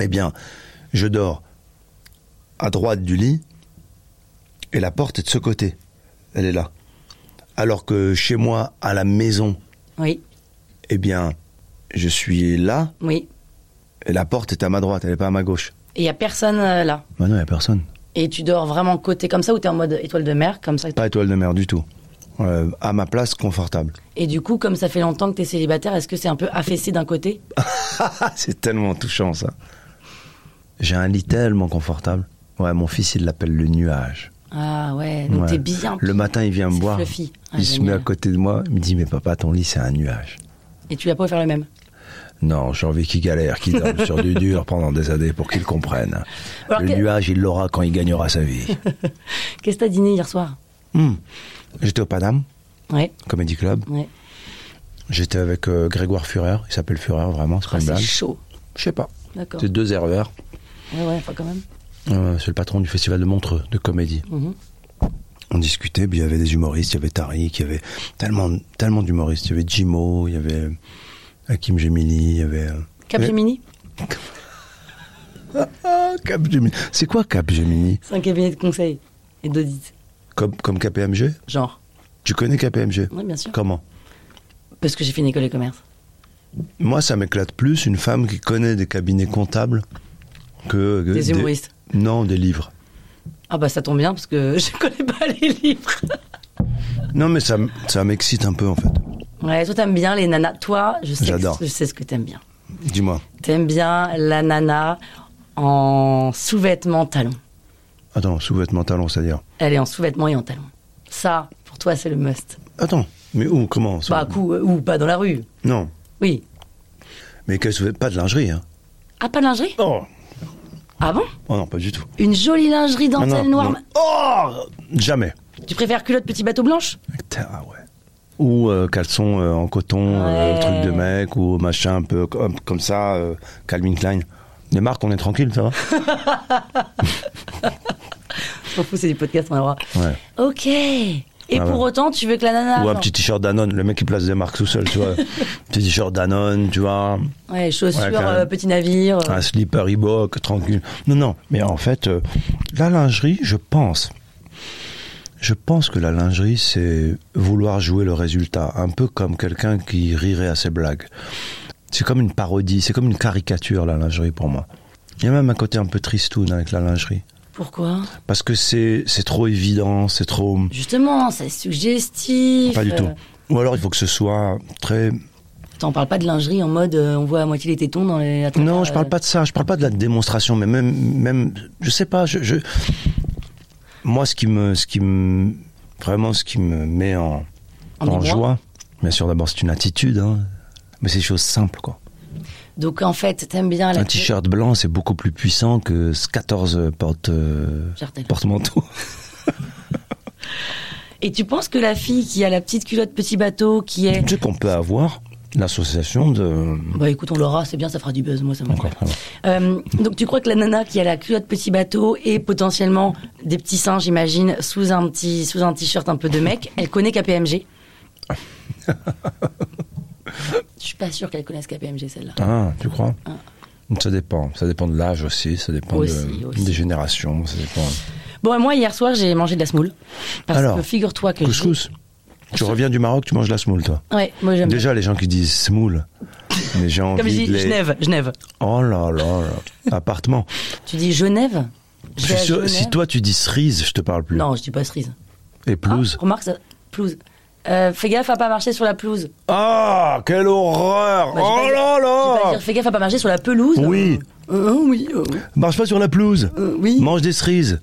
[SPEAKER 4] Eh bien, je dors à droite du lit et la porte est de ce côté. Elle est là. Alors que chez moi, à la maison,
[SPEAKER 3] Oui,
[SPEAKER 4] eh bien, je suis là
[SPEAKER 3] oui.
[SPEAKER 4] et la porte est à ma droite, elle n'est pas à ma gauche.
[SPEAKER 3] Et il y a personne euh, là.
[SPEAKER 4] Maintenant, il n'y Bah a personne.
[SPEAKER 3] Et tu dors vraiment côté comme ça ou t'es en mode étoile de mer, comme ça
[SPEAKER 4] Pas étoile de mer du tout. Euh, à ma place, confortable. *laughs*
[SPEAKER 3] Et du coup, comme ça fait longtemps que t'es célibataire, est-ce que c'est un peu affaissé d'un côté
[SPEAKER 4] Ah, C'est tellement touchant ça. J'ai un lit tellement confortable. Ouais, mon fils, il l'appelle le nuage.
[SPEAKER 3] Ah ouais, donc
[SPEAKER 4] Ouais.
[SPEAKER 3] t'es bien.
[SPEAKER 4] Le matin, il vient me
[SPEAKER 3] C'est
[SPEAKER 4] voir.
[SPEAKER 3] fluffy. Ah,
[SPEAKER 4] il se met à
[SPEAKER 3] génial.
[SPEAKER 4] côté de moi. Il me dit Mais papa, ton lit, c'est un nuage.
[SPEAKER 3] Et tu vas pas faire le *laughs* même.
[SPEAKER 4] Non, j'ai envie qu'il galère, qu'il dorme sur du dur pendant des années pour qu'il comprenne.
[SPEAKER 3] Alors
[SPEAKER 4] le
[SPEAKER 3] que-
[SPEAKER 4] nuage, il l'aura quand il gagnera sa vie.
[SPEAKER 3] Qu'est-ce que t'as dîné hier soir
[SPEAKER 4] Hmm. J'étais au Paname,
[SPEAKER 3] Ouais,
[SPEAKER 4] Comedy Club.
[SPEAKER 3] ouais.
[SPEAKER 4] J'étais avec euh, Grégoire Führer. Il s'appelle Führer, vraiment, c'est pas
[SPEAKER 3] Ah,
[SPEAKER 4] une
[SPEAKER 3] c'est
[SPEAKER 4] blague.
[SPEAKER 3] chaud.
[SPEAKER 4] Je sais pas.
[SPEAKER 3] D'accord.
[SPEAKER 4] C'est deux erreurs.
[SPEAKER 3] Ouais, ouais, enfin quand même.
[SPEAKER 4] Euh, c'est le patron du festival de Montreux, de comédie.
[SPEAKER 3] Mhm.
[SPEAKER 4] On discutait, puis il y avait des humoristes, il y avait Tariq, il y avait tellement, tellement d'humoristes. Il y avait Jimo, il y avait Hakim Gemini, il y avait. euh,
[SPEAKER 3] Capgemini
[SPEAKER 4] Ah, Capgemini. C'est quoi Capgemini
[SPEAKER 3] C'est un cabinet de conseil et d'audit.
[SPEAKER 4] comme, comme KPMG
[SPEAKER 3] Genre.
[SPEAKER 4] Tu connais KPMG
[SPEAKER 3] Oui, bien sûr.
[SPEAKER 4] Comment
[SPEAKER 3] Parce que j'ai fait une école de commerce.
[SPEAKER 4] Moi, ça m'éclate plus une femme qui connaît des cabinets comptables que. que
[SPEAKER 3] Des humoristes.
[SPEAKER 4] Non, des livres.
[SPEAKER 3] Ah bah ça tombe bien parce que *laughs* je connais pas les livres.
[SPEAKER 4] Non, mais ça, m- ça m'excite un peu, en fait.
[SPEAKER 3] Ouais, toi t'aimes bien les nanas. Toi, je sais, que-
[SPEAKER 4] J'adore.
[SPEAKER 3] je sais ce que t'aimes bien.
[SPEAKER 4] Dis-moi.
[SPEAKER 3] T'aimes bien la nana en sous-vêtements talons.
[SPEAKER 4] Attends, sous-vêtements talons, c'est-à-dire.
[SPEAKER 3] Elle est en sous-vêtements et en talons. Ça, pour toi, c'est le must.
[SPEAKER 4] Attends, mais où Comment ça
[SPEAKER 3] Pas à coup euh, ou pas dans la rue.
[SPEAKER 4] Non,
[SPEAKER 3] Oui.
[SPEAKER 4] mais qu'elle sous pas de lingerie, hein
[SPEAKER 3] Ah, pas de lingerie
[SPEAKER 4] Oh,
[SPEAKER 3] Ah bon
[SPEAKER 4] oh non, pas du tout.
[SPEAKER 3] Une jolie lingerie
[SPEAKER 4] Ah non,
[SPEAKER 3] dentelle noire.
[SPEAKER 4] non. Oh Jamais.
[SPEAKER 3] Tu préfères culotte petit bateau blanche
[SPEAKER 4] Ah ouais. Ou euh, caleçon euh, en coton, euh,
[SPEAKER 3] Ouais.
[SPEAKER 4] truc de mec, ou machin un peu comme, comme ça, euh, Calvin Klein. Les marques, on est tranquille, ça va
[SPEAKER 3] S'en fout, c'est du podcast, on a le droit.
[SPEAKER 4] Ouais.
[SPEAKER 3] Ok. Et
[SPEAKER 4] Ah
[SPEAKER 3] pour
[SPEAKER 4] ouais.
[SPEAKER 3] autant, tu veux que la nana.
[SPEAKER 4] Ou un
[SPEAKER 3] genre-
[SPEAKER 4] petit t-shirt Danone, le mec qui place des marques tout seul,
[SPEAKER 3] *laughs*
[SPEAKER 4] tu vois. petit t-shirt Danone, tu vois.
[SPEAKER 3] Ouais, chaussures,
[SPEAKER 4] Ouais, Ah. quand même.
[SPEAKER 3] euh, petit navire. euh.
[SPEAKER 4] Un slipper Reebok, tranquille. Non, non, mais en fait, euh, la lingerie, je pense. Je pense que la lingerie, c'est vouloir jouer le résultat, un peu comme quelqu'un qui rirait à ses blagues. C'est comme une parodie, c'est comme une caricature, la lingerie, pour moi. Il y a même un côté un peu tristoun avec la lingerie.
[SPEAKER 3] Pourquoi
[SPEAKER 4] Parce que c'est c'est trop évident, c'est trop...
[SPEAKER 3] Justement, c'est suggestif.
[SPEAKER 4] Pas du
[SPEAKER 3] euh,
[SPEAKER 4] tout. Ou alors, il faut que ce soit très...
[SPEAKER 3] T'en parles pas de lingerie en mode euh, on voit à moitié les tétons dans les. à travers,
[SPEAKER 4] Non, je parle
[SPEAKER 3] euh,
[SPEAKER 4] pas de ça. Je parle pas de la démonstration, mais même, même, je sais pas. Je, je- moi, ce qui me, ce qui me, vraiment, ce qui me met en,
[SPEAKER 3] En
[SPEAKER 4] en
[SPEAKER 3] émoi.
[SPEAKER 4] joie, bien sûr, d'abord, c'est une attitude, hein, mais c'est des choses simples, quoi.
[SPEAKER 3] Donc en fait, t'aimes bien la.
[SPEAKER 4] Un t-shirt blanc, c'est beaucoup plus puissant que 14 porte, euh,
[SPEAKER 3] Jartel. *laughs*
[SPEAKER 4] porte-manteaux.
[SPEAKER 3] Et tu penses que la fille qui a la petite culotte petit bateau, qui est.
[SPEAKER 4] Tu sais *laughs* qu'on peut avoir l'association de.
[SPEAKER 3] Bah écoute, on l'aura, c'est bien, ça fera du buzz, moi ça me
[SPEAKER 4] Encore, pardon.
[SPEAKER 3] Euh, donc tu crois que la nana qui a la culotte petit bateau et potentiellement des petits seins, j'imagine, sous un petit sous un t-shirt un peu de mec, elle connaît
[SPEAKER 4] *laughs*
[SPEAKER 3] KPMG Je suis pas sûre qu'elle connaisse KPMG celle-là.
[SPEAKER 4] Ah, tu crois Ça dépend. Ça dépend de l'âge aussi, ça dépend de-
[SPEAKER 3] Aussi, aussi.
[SPEAKER 4] des générations. Ça dépend.
[SPEAKER 3] Bon, et moi hier soir j'ai mangé de la semoule parce
[SPEAKER 4] Alors,
[SPEAKER 3] que figure-toi que j'ai-
[SPEAKER 4] Couscous. Tu reviens du Maroc, tu manges la semoule, toi.
[SPEAKER 3] Ouais, moi j'aime.
[SPEAKER 4] Déjà, les gens qui disent semoule, les gens
[SPEAKER 3] Comme je dis
[SPEAKER 4] envie de les-
[SPEAKER 3] Genève, Genève.
[SPEAKER 4] Oh là là
[SPEAKER 3] *laughs*
[SPEAKER 4] là. Appartement.
[SPEAKER 3] Tu dis Genève Je vais
[SPEAKER 4] Je suis
[SPEAKER 3] à
[SPEAKER 4] sûr,
[SPEAKER 3] Genève.
[SPEAKER 4] si toi tu dis cerise, je te parle plus.
[SPEAKER 3] Non, je dis pas cerise.
[SPEAKER 4] Et
[SPEAKER 3] Ah,
[SPEAKER 4] pelouse.
[SPEAKER 3] remarque ça, pelouse. Euh, fais gaffe à pas marcher sur la pelouse.
[SPEAKER 4] Ah, quelle
[SPEAKER 3] Bah,
[SPEAKER 4] horreur
[SPEAKER 3] j'ai pas
[SPEAKER 4] Oh
[SPEAKER 3] dit-
[SPEAKER 4] là
[SPEAKER 3] j'ai pas
[SPEAKER 4] là
[SPEAKER 3] dit- Fais gaffe à pas marcher sur la pelouse.
[SPEAKER 4] Oui.
[SPEAKER 3] Euh, euh, oui. euh,
[SPEAKER 4] Marche pas sur la pelouse.
[SPEAKER 3] euh, oui.
[SPEAKER 4] Mange des cerises.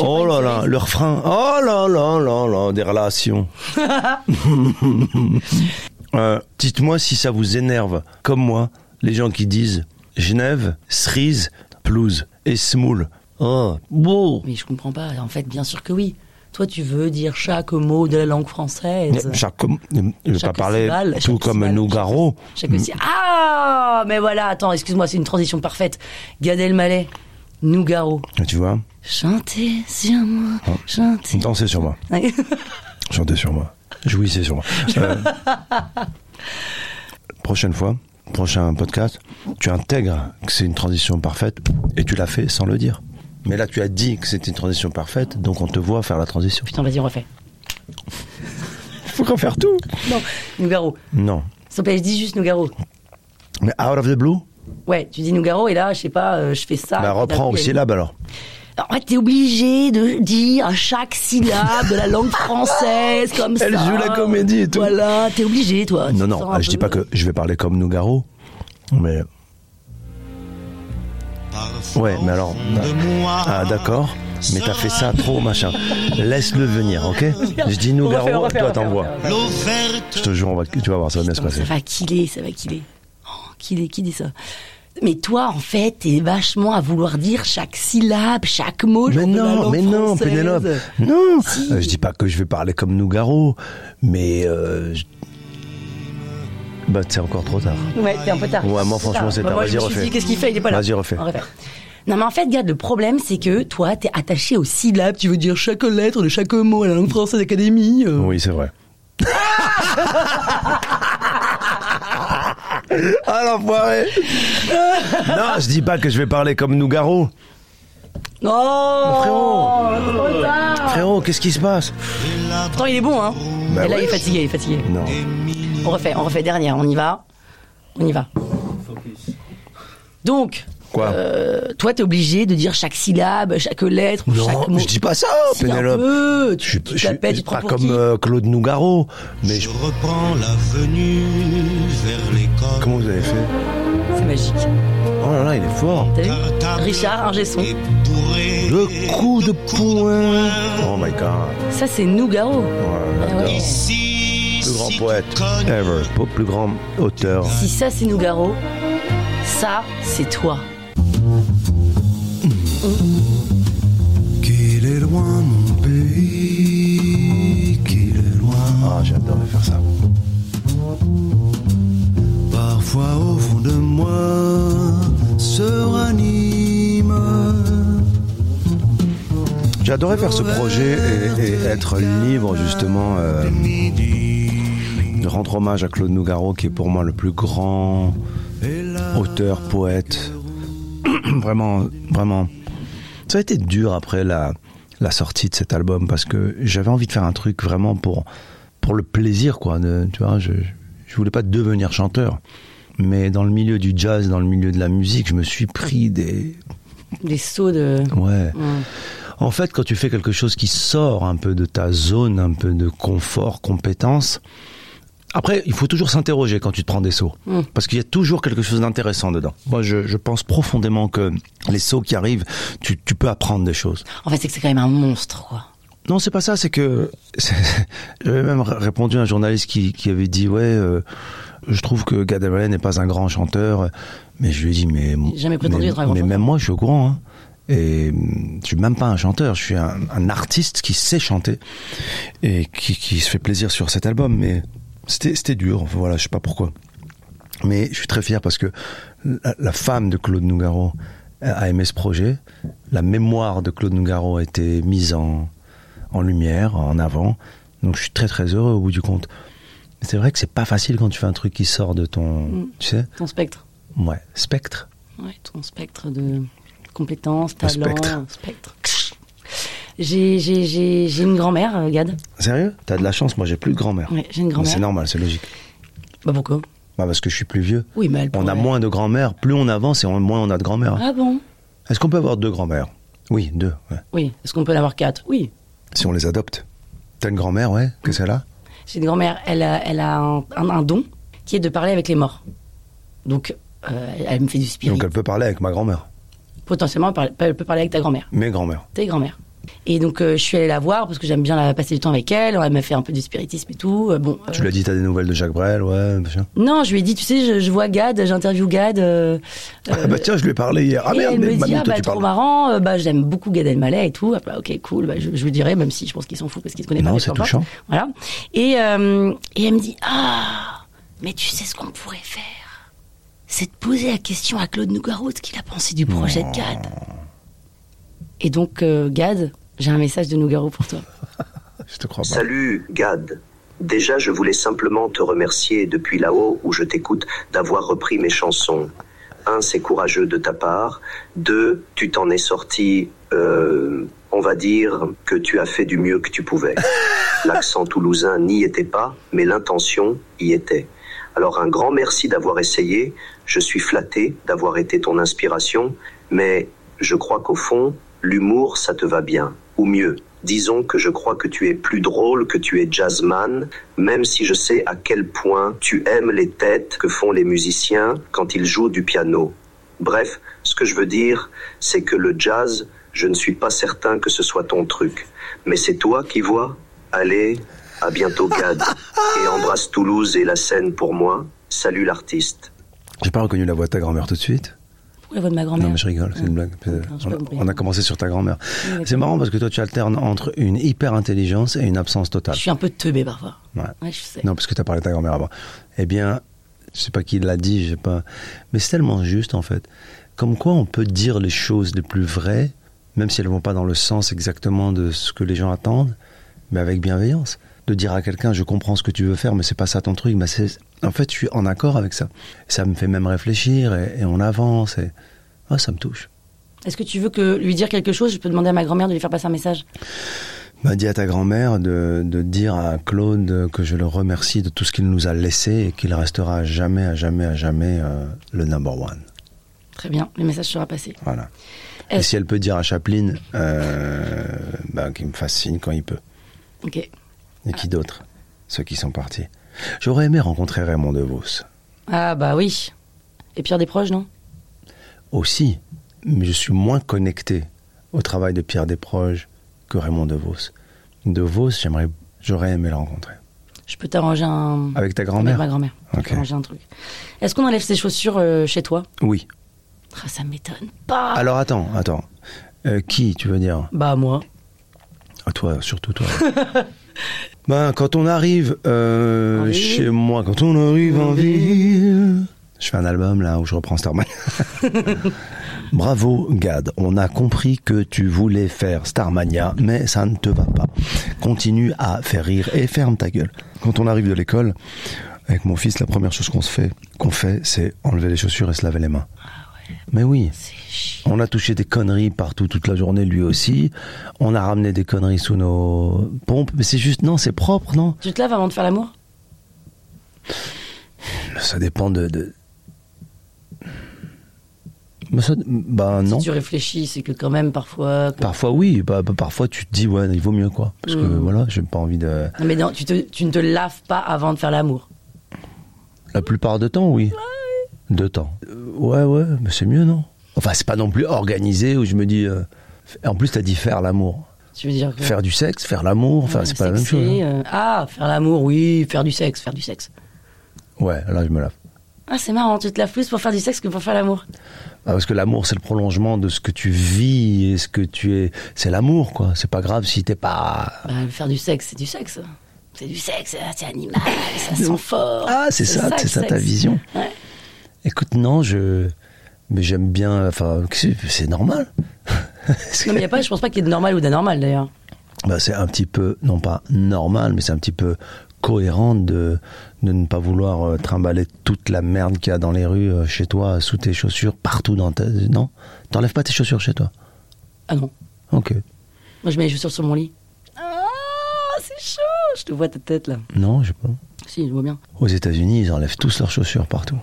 [SPEAKER 3] J'ai
[SPEAKER 4] Oh
[SPEAKER 3] pas
[SPEAKER 4] là
[SPEAKER 3] une
[SPEAKER 4] là,
[SPEAKER 3] cerise.
[SPEAKER 4] leur frein. Oh là là là là, des relations.
[SPEAKER 3] *laughs*
[SPEAKER 4] Euh, Dites-moi si ça vous énerve, comme moi, les gens qui disent Genève, cerise, pelouse et semoule. Oh, beau.
[SPEAKER 3] Mais je comprends pas. En fait, bien sûr que oui. Toi, tu veux dire chaque mot de la langue française.
[SPEAKER 4] Chaque, je vais pas
[SPEAKER 3] Chaque
[SPEAKER 4] parler
[SPEAKER 3] syllabe, chaque
[SPEAKER 4] tout comme
[SPEAKER 3] syllabe,
[SPEAKER 4] Nougaro.
[SPEAKER 3] Chaque aussi. Ah Mais voilà, attends, excuse-moi, c'est une transition parfaite. Gad Elmaleh, Nougaro.
[SPEAKER 4] Tu vois
[SPEAKER 3] Chantez sur moi,
[SPEAKER 4] Oh.
[SPEAKER 3] chantez.
[SPEAKER 4] Dansez sur moi, chantez sur moi, jouissez *laughs* sur moi. Euh, prochaine fois, prochain podcast, tu intègres que c'est une transition parfaite et tu l'as fait sans le dire. Mais là, tu as dit que c'était une transition parfaite, donc on te voit faire la
[SPEAKER 3] *laughs*
[SPEAKER 4] transition.
[SPEAKER 3] Putain, vas-y, on refait.
[SPEAKER 4] Faut refaire tout
[SPEAKER 3] Non, Nougaro.
[SPEAKER 4] Non.
[SPEAKER 3] S'il te plaît, je dis juste Nougaro.
[SPEAKER 4] Mais out of the blue
[SPEAKER 3] Ouais, tu dis Nougaro et là, je sais pas, euh, je fais ça. et
[SPEAKER 4] Bah,
[SPEAKER 3] puis d'un
[SPEAKER 4] reprends
[SPEAKER 3] coup, il
[SPEAKER 4] aux
[SPEAKER 3] y a une-
[SPEAKER 4] syllabes alors.
[SPEAKER 3] Alors, En fait, t'es obligé de dire chaque syllabe de la
[SPEAKER 4] *laughs*
[SPEAKER 3] langue française, comme ça.
[SPEAKER 4] Elle joue la comédie et tout.
[SPEAKER 3] Voilà, t'es obligé, toi. Tu
[SPEAKER 4] Non,
[SPEAKER 3] te
[SPEAKER 4] non,
[SPEAKER 3] sens un
[SPEAKER 4] je dis
[SPEAKER 3] peu-
[SPEAKER 4] pas que je vais parler comme Nougaro, mais. Ouais, mais alors. Ah, d'accord, mais t'as fait ça trop, machin. Laisse-le venir, ok Je dis
[SPEAKER 3] On va
[SPEAKER 4] Nougaro,
[SPEAKER 3] faire, on va
[SPEAKER 4] toi
[SPEAKER 3] faire, on va
[SPEAKER 4] t'envoies.
[SPEAKER 3] faire.
[SPEAKER 4] Je te jure, on va- tu vas voir, ça va bien se
[SPEAKER 3] Putain,
[SPEAKER 4] passer.
[SPEAKER 3] Ça va killer, ça va killer. Oh, killer, qui dit ça Mais toi, en fait, t'es vachement à vouloir dire chaque syllabe, chaque mot. genre
[SPEAKER 4] Mais
[SPEAKER 3] de la
[SPEAKER 4] non,
[SPEAKER 3] langue
[SPEAKER 4] mais non,
[SPEAKER 3] française.
[SPEAKER 4] Pénélope. Non
[SPEAKER 3] Si.
[SPEAKER 4] Euh, Je dis pas que je vais parler comme Nougaro, mais. euh, je- Bah, c'est encore trop tard.
[SPEAKER 3] Ouais, t'es un peu tard.
[SPEAKER 4] Ouais, moi, franchement, c'est
[SPEAKER 3] Bah,
[SPEAKER 4] tard.
[SPEAKER 3] moi,
[SPEAKER 4] Vas-y,
[SPEAKER 3] je me suis
[SPEAKER 4] refais.
[SPEAKER 3] dit, Qu'est-ce qu'il fait Il est pas là.
[SPEAKER 4] Vas-y, refais.
[SPEAKER 3] On refait. Non, mais en fait, regarde, le problème, c'est que toi, t'es attaché aux syllabes. Tu veux dire chaque lettre de chaque mot à la langue française académie. euh.
[SPEAKER 4] Oui,
[SPEAKER 3] *laughs*
[SPEAKER 4] c'est vrai. ah l'enfoiré Non, je dis pas que je vais parler comme Nougaro.
[SPEAKER 3] Oh
[SPEAKER 4] frérot.
[SPEAKER 3] trop tard.
[SPEAKER 4] Frérot, qu'est-ce qui se passe
[SPEAKER 3] Pourtant, il est bon, hein.
[SPEAKER 4] Bah
[SPEAKER 3] Et là,
[SPEAKER 4] oui.
[SPEAKER 3] il est fatigué, il est fatigué.
[SPEAKER 4] Non.
[SPEAKER 3] On refait, on refait dernière, on y va. On y va. Donc,
[SPEAKER 4] Quoi
[SPEAKER 3] euh, toi, t'es obligé de dire chaque syllabe, chaque lettre, ou chaque
[SPEAKER 4] Non,
[SPEAKER 3] mot.
[SPEAKER 4] je dis pas ça,
[SPEAKER 3] Si, un
[SPEAKER 4] Pénélope.
[SPEAKER 3] peu,
[SPEAKER 4] Je suis
[SPEAKER 3] tu,
[SPEAKER 4] je
[SPEAKER 3] tu
[SPEAKER 4] suis-
[SPEAKER 3] t'appelles, tu te prends
[SPEAKER 4] pas
[SPEAKER 3] pour
[SPEAKER 4] comme
[SPEAKER 3] qui
[SPEAKER 4] euh, Claude Nougaro, mais je-
[SPEAKER 5] reprends l'avenue vers l'école.
[SPEAKER 4] comment vous avez fait
[SPEAKER 3] C'est magique.
[SPEAKER 4] Oh là là, il est fort.
[SPEAKER 3] T'as vu Richard, un son.
[SPEAKER 4] Le coup de poing. Oh my god. Oh,
[SPEAKER 3] Ça, c'est Nougaro.
[SPEAKER 4] Ouais,
[SPEAKER 3] Ah ouais.
[SPEAKER 4] Plus grand poète ever. Plus grand auteur.
[SPEAKER 3] Si ça, c'est Nougaro, ça, c'est toi.
[SPEAKER 5] Qu'il est loin mon pays, qu'il est loin.
[SPEAKER 4] Ah, j'adore faire ça.
[SPEAKER 5] Parfois au fond de moi se ranime.
[SPEAKER 4] J'adorais faire ce projet et, et être libre justement euh, de rendre hommage à Claude Nougaro qui est pour moi le plus grand auteur, poète. *clears throat* vraiment, vraiment. Ça a été dur après la, la sortie de cet album parce que j'avais envie de faire un truc vraiment pour, pour le plaisir quoi. de- tu vois, je, je voulais pas devenir chanteur. Mais dans le milieu du jazz, dans le milieu de la musique, je me suis pris des,
[SPEAKER 3] Des sauts de.
[SPEAKER 4] Ouais. En fait, quand tu fais quelque chose qui sort un peu de ta zone, un peu de confort, compétence, après, il faut toujours s'interroger quand tu te prends des sauts. Parce qu'il y a toujours quelque chose d'intéressant dedans. Moi, je, je pense profondément que les sauts qui arrivent, tu, tu peux apprendre des choses.
[SPEAKER 3] En fait, c'est que c'est quand même un monstre, quoi.
[SPEAKER 4] Non, c'est pas *laughs* ça, c'est que. c'est- J'avais même r- répondu à un journaliste qui, qui avait dit Ouais, euh, je trouve que Gad Elmaleh n'est pas un grand chanteur, mais je lui ai dit, mais.
[SPEAKER 3] J'ai jamais prétendu
[SPEAKER 4] mais-
[SPEAKER 3] être un grand
[SPEAKER 4] Mais
[SPEAKER 3] chanteur.
[SPEAKER 4] même moi, je suis au courant. hein. Et hum, je suis même pas un chanteur, je suis un, un artiste qui sait chanter et qui, qui se fait plaisir sur cet album. Mais c'était c'était dur, enfin, voilà, je sais pas pourquoi. Mais je suis très fier parce que la, la femme de Claude Nougaro a aimé ce projet. La mémoire de Claude Nougaro a été mise en, en lumière, en avant. Donc je suis très très heureux au bout du compte. C'est vrai que c'est pas facile quand tu fais un truc qui sort de ton,
[SPEAKER 3] Mm.
[SPEAKER 4] tu sais,
[SPEAKER 3] Ton spectre.
[SPEAKER 4] ouais, spectre.
[SPEAKER 3] Ouais, ton spectre de compétences,
[SPEAKER 4] Le
[SPEAKER 3] talents.
[SPEAKER 4] spectre.
[SPEAKER 3] spectre. J'ai, j'ai, j'ai, j'ai une grand-mère, euh, Gad.
[SPEAKER 4] Sérieux T'as de la chance, moi j'ai plus de grand-mère.
[SPEAKER 3] Ouais, j'ai une
[SPEAKER 4] Mais c'est
[SPEAKER 3] grand-mère.
[SPEAKER 4] normal, c'est logique.
[SPEAKER 3] Bah pourquoi
[SPEAKER 4] Bah, parce que je suis plus vieux.
[SPEAKER 3] Oui, mais elle
[SPEAKER 4] On a
[SPEAKER 3] pourrait-
[SPEAKER 4] moins de grand-mère, plus on avance et on- moins on a de grand-mère.
[SPEAKER 3] Ah bon
[SPEAKER 4] Est-ce qu'on peut avoir deux grand-mères Oui, deux. ouais.
[SPEAKER 3] Oui. Est-ce qu'on peut en avoir quatre Oui.
[SPEAKER 4] Si on les adopte. T'as une grand-mère, ouais,
[SPEAKER 3] Mm.
[SPEAKER 4] que celle-là
[SPEAKER 3] J'ai une grand-mère, elle a, elle a un, un- un don qui est de parler avec les morts. Donc, euh, elle me fait du spirit.
[SPEAKER 4] Donc elle peut parler avec ma grand-mère,
[SPEAKER 3] Potentiellement, elle, parle- elle peut parler avec ta grand-mère.
[SPEAKER 4] mes grand-mères.
[SPEAKER 3] T'es grand-mère. Et donc, euh, je suis allée la voir parce que j'aime bien la, passer du temps avec elle. Elle m'a fait un peu du spiritisme et tout. Euh, bon,
[SPEAKER 4] Tu
[SPEAKER 3] euh,
[SPEAKER 4] l'as dit, t'as des nouvelles de Jacques Brel, ouais, machin.
[SPEAKER 3] Non, je lui ai dit, tu sais, je, je vois Gad, j'interview Gad. euh,
[SPEAKER 4] Ah bah tiens, je lui ai parlé hier. Ah
[SPEAKER 3] et
[SPEAKER 4] merde,
[SPEAKER 3] elle
[SPEAKER 4] mais
[SPEAKER 3] me dit,
[SPEAKER 4] mamie,
[SPEAKER 3] ah
[SPEAKER 4] toi,
[SPEAKER 3] bah
[SPEAKER 4] tu
[SPEAKER 3] trop
[SPEAKER 4] parles.
[SPEAKER 3] marrant, euh, bah j'aime beaucoup Gad Elmaleh et tout. Ah bah, ok, cool, bah, je, je lui dirai, même si je pense qu'ils s'en foutent parce qu'ils se connaissent
[SPEAKER 4] Non,
[SPEAKER 3] pas. mais
[SPEAKER 4] c'est
[SPEAKER 3] peu importe.
[SPEAKER 4] touchant.
[SPEAKER 3] Voilà. Et, euh, et elle me dit, ah, mais tu sais ce qu'on pourrait faire C'est de poser la question à Claude Nougaro de ce qu'il a pensé du projet de Gad. Et donc, euh, Gad, j'ai un message de Nougaro pour toi.
[SPEAKER 4] Je te crois pas.
[SPEAKER 6] Salut, Gad. Déjà, je voulais simplement te remercier depuis là-haut où je t'écoute d'avoir repris mes chansons. Un, c'est courageux de ta part. Deux, tu t'en es sorti, euh, on va dire que tu as fait du mieux que tu pouvais. L'accent toulousain n'y était pas, mais l'intention y était. Alors un grand merci d'avoir essayé. Je suis flatté d'avoir été ton inspiration, mais je crois qu'au fond, l'humour, ça te va bien. Ou mieux, disons que je crois que tu es plus drôle que tu es jazzman, même si je sais à quel point tu aimes les têtes que font les musiciens quand ils jouent du piano. Bref, ce que je veux dire, c'est que le jazz, je ne suis pas certain que ce soit ton truc. Mais c'est toi qui vois. Allez, à bientôt Gad. Et embrasse Toulouse et la Seine pour moi. Salut l'artiste.
[SPEAKER 4] J'ai pas reconnu la voix de ta grand-mère tout de suite.
[SPEAKER 3] Pourquoi la voix de ma grand-mère Hum.
[SPEAKER 4] Non, mais je rigole, c'est une blague.
[SPEAKER 3] d'accord, j'ai pas
[SPEAKER 4] On-
[SPEAKER 3] compris.
[SPEAKER 4] On a commencé sur ta grand-mère.
[SPEAKER 3] d'accord.
[SPEAKER 4] C'est marrant parce que toi, tu alternes entre une hyper-intelligence et une absence totale.
[SPEAKER 3] Je suis un peu teubée parfois.
[SPEAKER 4] Ouais.
[SPEAKER 3] Ouais, je sais.
[SPEAKER 4] Non, parce que tu as parlé de ta grand-mère avant. Eh bien, je sais pas qui l'a dit, je sais pas. Mais c'est tellement juste, en fait. Comme quoi, on peut dire les choses les plus vraies, même si elles vont pas dans le sens exactement de ce que les gens attendent, mais avec bienveillance. De dire à quelqu'un, je comprends ce que tu veux faire, mais c'est pas ça ton truc. Mais c'est... En fait, je suis en accord avec ça. Ça me fait même réfléchir et, et on avance. Et... Ah, ça me touche.
[SPEAKER 3] Est-ce que tu veux que lui dire quelque chose Je peux demander à ma grand-mère de lui faire passer un message.
[SPEAKER 4] m'a dit à ta grand-mère de, de dire à Claude que je le remercie de tout ce qu'il nous a laissé et qu'il restera à jamais, à jamais, à jamais euh, le number one.
[SPEAKER 3] Très bien, le message sera passé.
[SPEAKER 4] Voilà.
[SPEAKER 3] Euh.
[SPEAKER 4] Et si elle peut dire à Chaplin euh, bah, qu'il me fascine quand il peut.
[SPEAKER 3] Ok.
[SPEAKER 4] Et qui d'autre Ceux qui sont partis. J'aurais aimé rencontrer Raymond DeVos.
[SPEAKER 3] Ah bah oui. Et Pierre Desproges, non
[SPEAKER 4] Aussi, mais je suis moins connecté au travail de Pierre Desproges que Raymond DeVos. DeVos, j'aimerais, j'aurais aimé le rencontrer.
[SPEAKER 3] Je peux t'arranger un.
[SPEAKER 4] Avec ta
[SPEAKER 3] Avec
[SPEAKER 4] grand-mère
[SPEAKER 3] ma grand-mère. Je peux
[SPEAKER 4] Ok.
[SPEAKER 3] t'arranger un truc. Est-ce qu'on enlève ses chaussures euh, chez toi
[SPEAKER 4] Oui.
[SPEAKER 3] Ah, Ça m'étonne pas.
[SPEAKER 4] Alors attends, attends. Euh, qui, tu veux dire
[SPEAKER 3] Bah moi.
[SPEAKER 4] Ah, Toi, surtout toi. *laughs* ben, quand on arrive euh,
[SPEAKER 3] En ville.
[SPEAKER 4] chez moi, quand on arrive en ville. Je fais un album là où je reprends Starman. Bravo Gad, on a compris que tu voulais faire Starmania, mais ça ne te va pas. Continue à faire rire et ferme ta gueule. Quand on arrive de l'école, avec mon fils, la première chose qu'on se fait, qu'on fait, c'est enlever les chaussures et se laver les mains. Mais oui. On a touché des conneries partout toute la journée, lui aussi. On a ramené des conneries sous nos pompes. Mais c'est juste, non, c'est propre, non
[SPEAKER 3] Tu te laves avant de faire l'amour
[SPEAKER 4] Ça dépend de. de- Mais ça, bah non.
[SPEAKER 3] Si tu réfléchis, c'est que quand même parfois. que-
[SPEAKER 4] Parfois oui, bah, bah, parfois tu te dis ouais, il vaut mieux quoi, parce que
[SPEAKER 3] Mm.
[SPEAKER 4] voilà, j'ai pas envie de.
[SPEAKER 3] Non mais non, tu, te- tu ne te laves pas avant de faire l'amour.
[SPEAKER 4] La plupart de temps, oui. De temps. Euh, ouais, ouais, mais c'est mieux non. Enfin, c'est pas non plus organisé où je me dis. euh, En plus, t'as dit faire l'amour,
[SPEAKER 3] Tu veux dire que. Ah,
[SPEAKER 4] faire du sexe, faire l'amour. Enfin,
[SPEAKER 3] Ouais,
[SPEAKER 4] c'est pas la même
[SPEAKER 3] sexer,
[SPEAKER 4] chose. hein.
[SPEAKER 3] euh, Ah, faire l'amour, oui, faire du sexe, faire du sexe.
[SPEAKER 4] Ouais, là, je me lave.
[SPEAKER 3] Ah, c'est marrant, tu te laves plus pour faire du sexe que pour faire l'amour.
[SPEAKER 4] Ah, Parce que l'amour, c'est le prolongement de ce que tu vis et ce que tu es. C'est l'amour, quoi. C'est pas grave si t'es pas.
[SPEAKER 3] Bah, faire du sexe, c'est du sexe. C'est du sexe, ah, c'est animal, ça sent fort.
[SPEAKER 4] Ah, c'est ça, c'est
[SPEAKER 3] le
[SPEAKER 4] ça ta
[SPEAKER 3] sexe.
[SPEAKER 4] vision.
[SPEAKER 3] Ouais.
[SPEAKER 4] Écoute, non, je. Mais j'aime bien. Enfin, c'est c'est *laughs* normal.
[SPEAKER 3] Non, mais y a pas, je pense pas qu'il y ait de normal ou d'anormal d'ailleurs.
[SPEAKER 4] Bah, c'est un petit peu, non pas normal, mais c'est un petit peu cohérent de, de ne pas vouloir euh, trimballer toute la merde qu'il y a dans les rues, euh, chez toi, sous tes chaussures, partout dans ta. Non T'enlèves pas tes chaussures chez toi
[SPEAKER 3] Ah non,
[SPEAKER 4] Ok.
[SPEAKER 3] moi je mets les chaussures sur mon lit. Ah, c'est chaud, je te vois ta tête là.
[SPEAKER 4] Non, je sais pas.
[SPEAKER 3] Si, je vois bien.
[SPEAKER 4] Aux États-Unis, ils enlèvent tous leurs chaussures partout.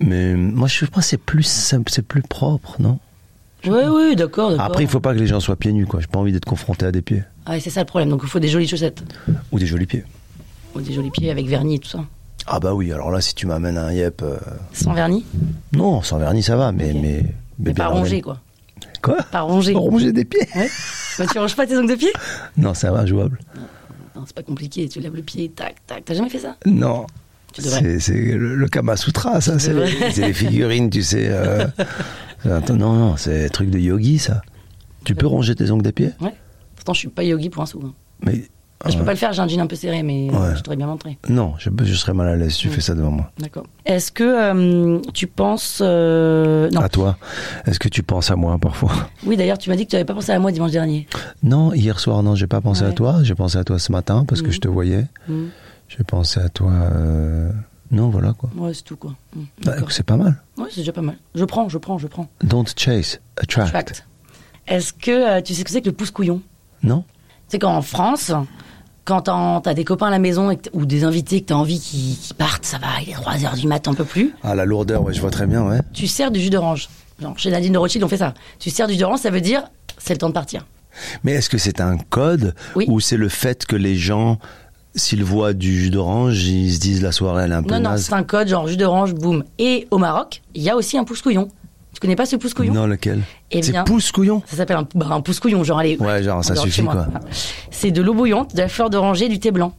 [SPEAKER 4] Mais euh, moi, je pense que c'est plus simple, c'est plus propre, non
[SPEAKER 3] Oui, oui, d'accord, d'accord.
[SPEAKER 4] Après, il faut pas que les gens soient pieds nus, quoi. J'ai pas envie d'être confronté à des pieds.
[SPEAKER 3] Ah, et c'est ça le problème, donc il faut des jolies chaussettes.
[SPEAKER 4] Ou des jolis pieds.
[SPEAKER 3] Ou des jolis pieds avec vernis et tout ça.
[SPEAKER 4] Ah bah oui, alors là, si tu m'amènes un yep. euh,
[SPEAKER 3] Sans vernis,
[SPEAKER 4] Non, sans vernis, ça va, mais.
[SPEAKER 3] Ok.
[SPEAKER 4] Mais,
[SPEAKER 3] mais
[SPEAKER 4] bien
[SPEAKER 3] pas
[SPEAKER 4] emmêlé.
[SPEAKER 3] rongé quoi.
[SPEAKER 4] Quoi
[SPEAKER 3] Pas rongé.
[SPEAKER 4] Ronger des pieds
[SPEAKER 3] Ouais. Bah, tu ranges pas tes ongles de pied
[SPEAKER 4] Non, ça va, jouable.
[SPEAKER 3] Non, c'est pas compliqué, tu lèves le pied, tac, tac. T'as jamais fait ça
[SPEAKER 4] Non.
[SPEAKER 3] Tu devrais.
[SPEAKER 4] C'est c'est le, le Kama Sutra, ça. C'est
[SPEAKER 3] devrais.
[SPEAKER 4] les, c'est les figurines, tu sais.
[SPEAKER 3] *laughs*
[SPEAKER 4] euh, attends, non, non, c'est un truc de yogi, ça. Tu peux ronger tes ongles des pieds
[SPEAKER 3] Ouais. Pourtant, je suis pas yogi pour un sou. hein.
[SPEAKER 4] Mais.
[SPEAKER 3] Je peux
[SPEAKER 4] Ah,
[SPEAKER 3] pas le faire, j'ai un jean un peu serré, mais
[SPEAKER 4] Ouais.
[SPEAKER 3] je t'aurais bien montré.
[SPEAKER 4] Non, je, je serais mal à l'aise si tu
[SPEAKER 3] Mm.
[SPEAKER 4] fais ça devant moi.
[SPEAKER 3] D'accord. Est-ce que euh, tu penses. euh, Non.
[SPEAKER 4] À toi. Est-ce que tu penses à moi parfois *laughs*
[SPEAKER 3] Oui, d'ailleurs, tu m'as dit que tu n'avais pas pensé à moi dimanche dernier.
[SPEAKER 4] Non, hier soir, non, j'ai pas pensé à
[SPEAKER 3] Ouais.
[SPEAKER 4] toi. J'ai pensé à toi ce matin parce que je te voyais.
[SPEAKER 3] Mm.
[SPEAKER 4] J'ai pensé à toi. euh, Non, voilà quoi.
[SPEAKER 3] Ouais, c'est tout, quoi. Mm.
[SPEAKER 4] Bah,
[SPEAKER 3] D'accord.
[SPEAKER 4] c'est pas mal.
[SPEAKER 3] Ouais, c'est déjà pas mal. Je prends, je prends, je prends.
[SPEAKER 4] Don't chase, attract.
[SPEAKER 3] Fact. Est-ce que euh, tu sais ce que c'est que le pouce couillon
[SPEAKER 4] Non
[SPEAKER 3] C'est qu'en France, quand t'en- t'as des copains à la maison et que t- ou des invités que t'as envie qu'ils qu'ils partent, ça va, il est 3h du matin, un peu plus,
[SPEAKER 4] Ah, la lourdeur, ouais, je vois très bien, ouais.
[SPEAKER 3] tu sers du jus d'orange. Genre, chez Nadine de Rothschild, on fait ça. Tu sers du jus d'orange, ça veut dire c'est le temps de partir.
[SPEAKER 4] Mais est-ce que c'est un code
[SPEAKER 3] Oui.
[SPEAKER 4] ou c'est le fait que les gens, s'ils voient du jus d'orange, ils se disent la soirée elle est un peu
[SPEAKER 3] Non, non,
[SPEAKER 4] naze
[SPEAKER 3] c'est un code, genre jus d'orange, boum. Et au Maroc, il y a aussi un pouce couillon. Tu connais pas ce pouce couillon
[SPEAKER 4] Non, lequel
[SPEAKER 3] Eh
[SPEAKER 4] C'est
[SPEAKER 3] bien-
[SPEAKER 4] pouce couillon
[SPEAKER 3] Ça s'appelle un, bah, un pouce couillon, genre allez.
[SPEAKER 4] Ouais, genre, ça
[SPEAKER 3] en dehors de
[SPEAKER 4] suffit,
[SPEAKER 3] chez moi.
[SPEAKER 4] quoi.
[SPEAKER 3] C'est de l'eau bouillante, de la fleur d'oranger, et du thé blanc.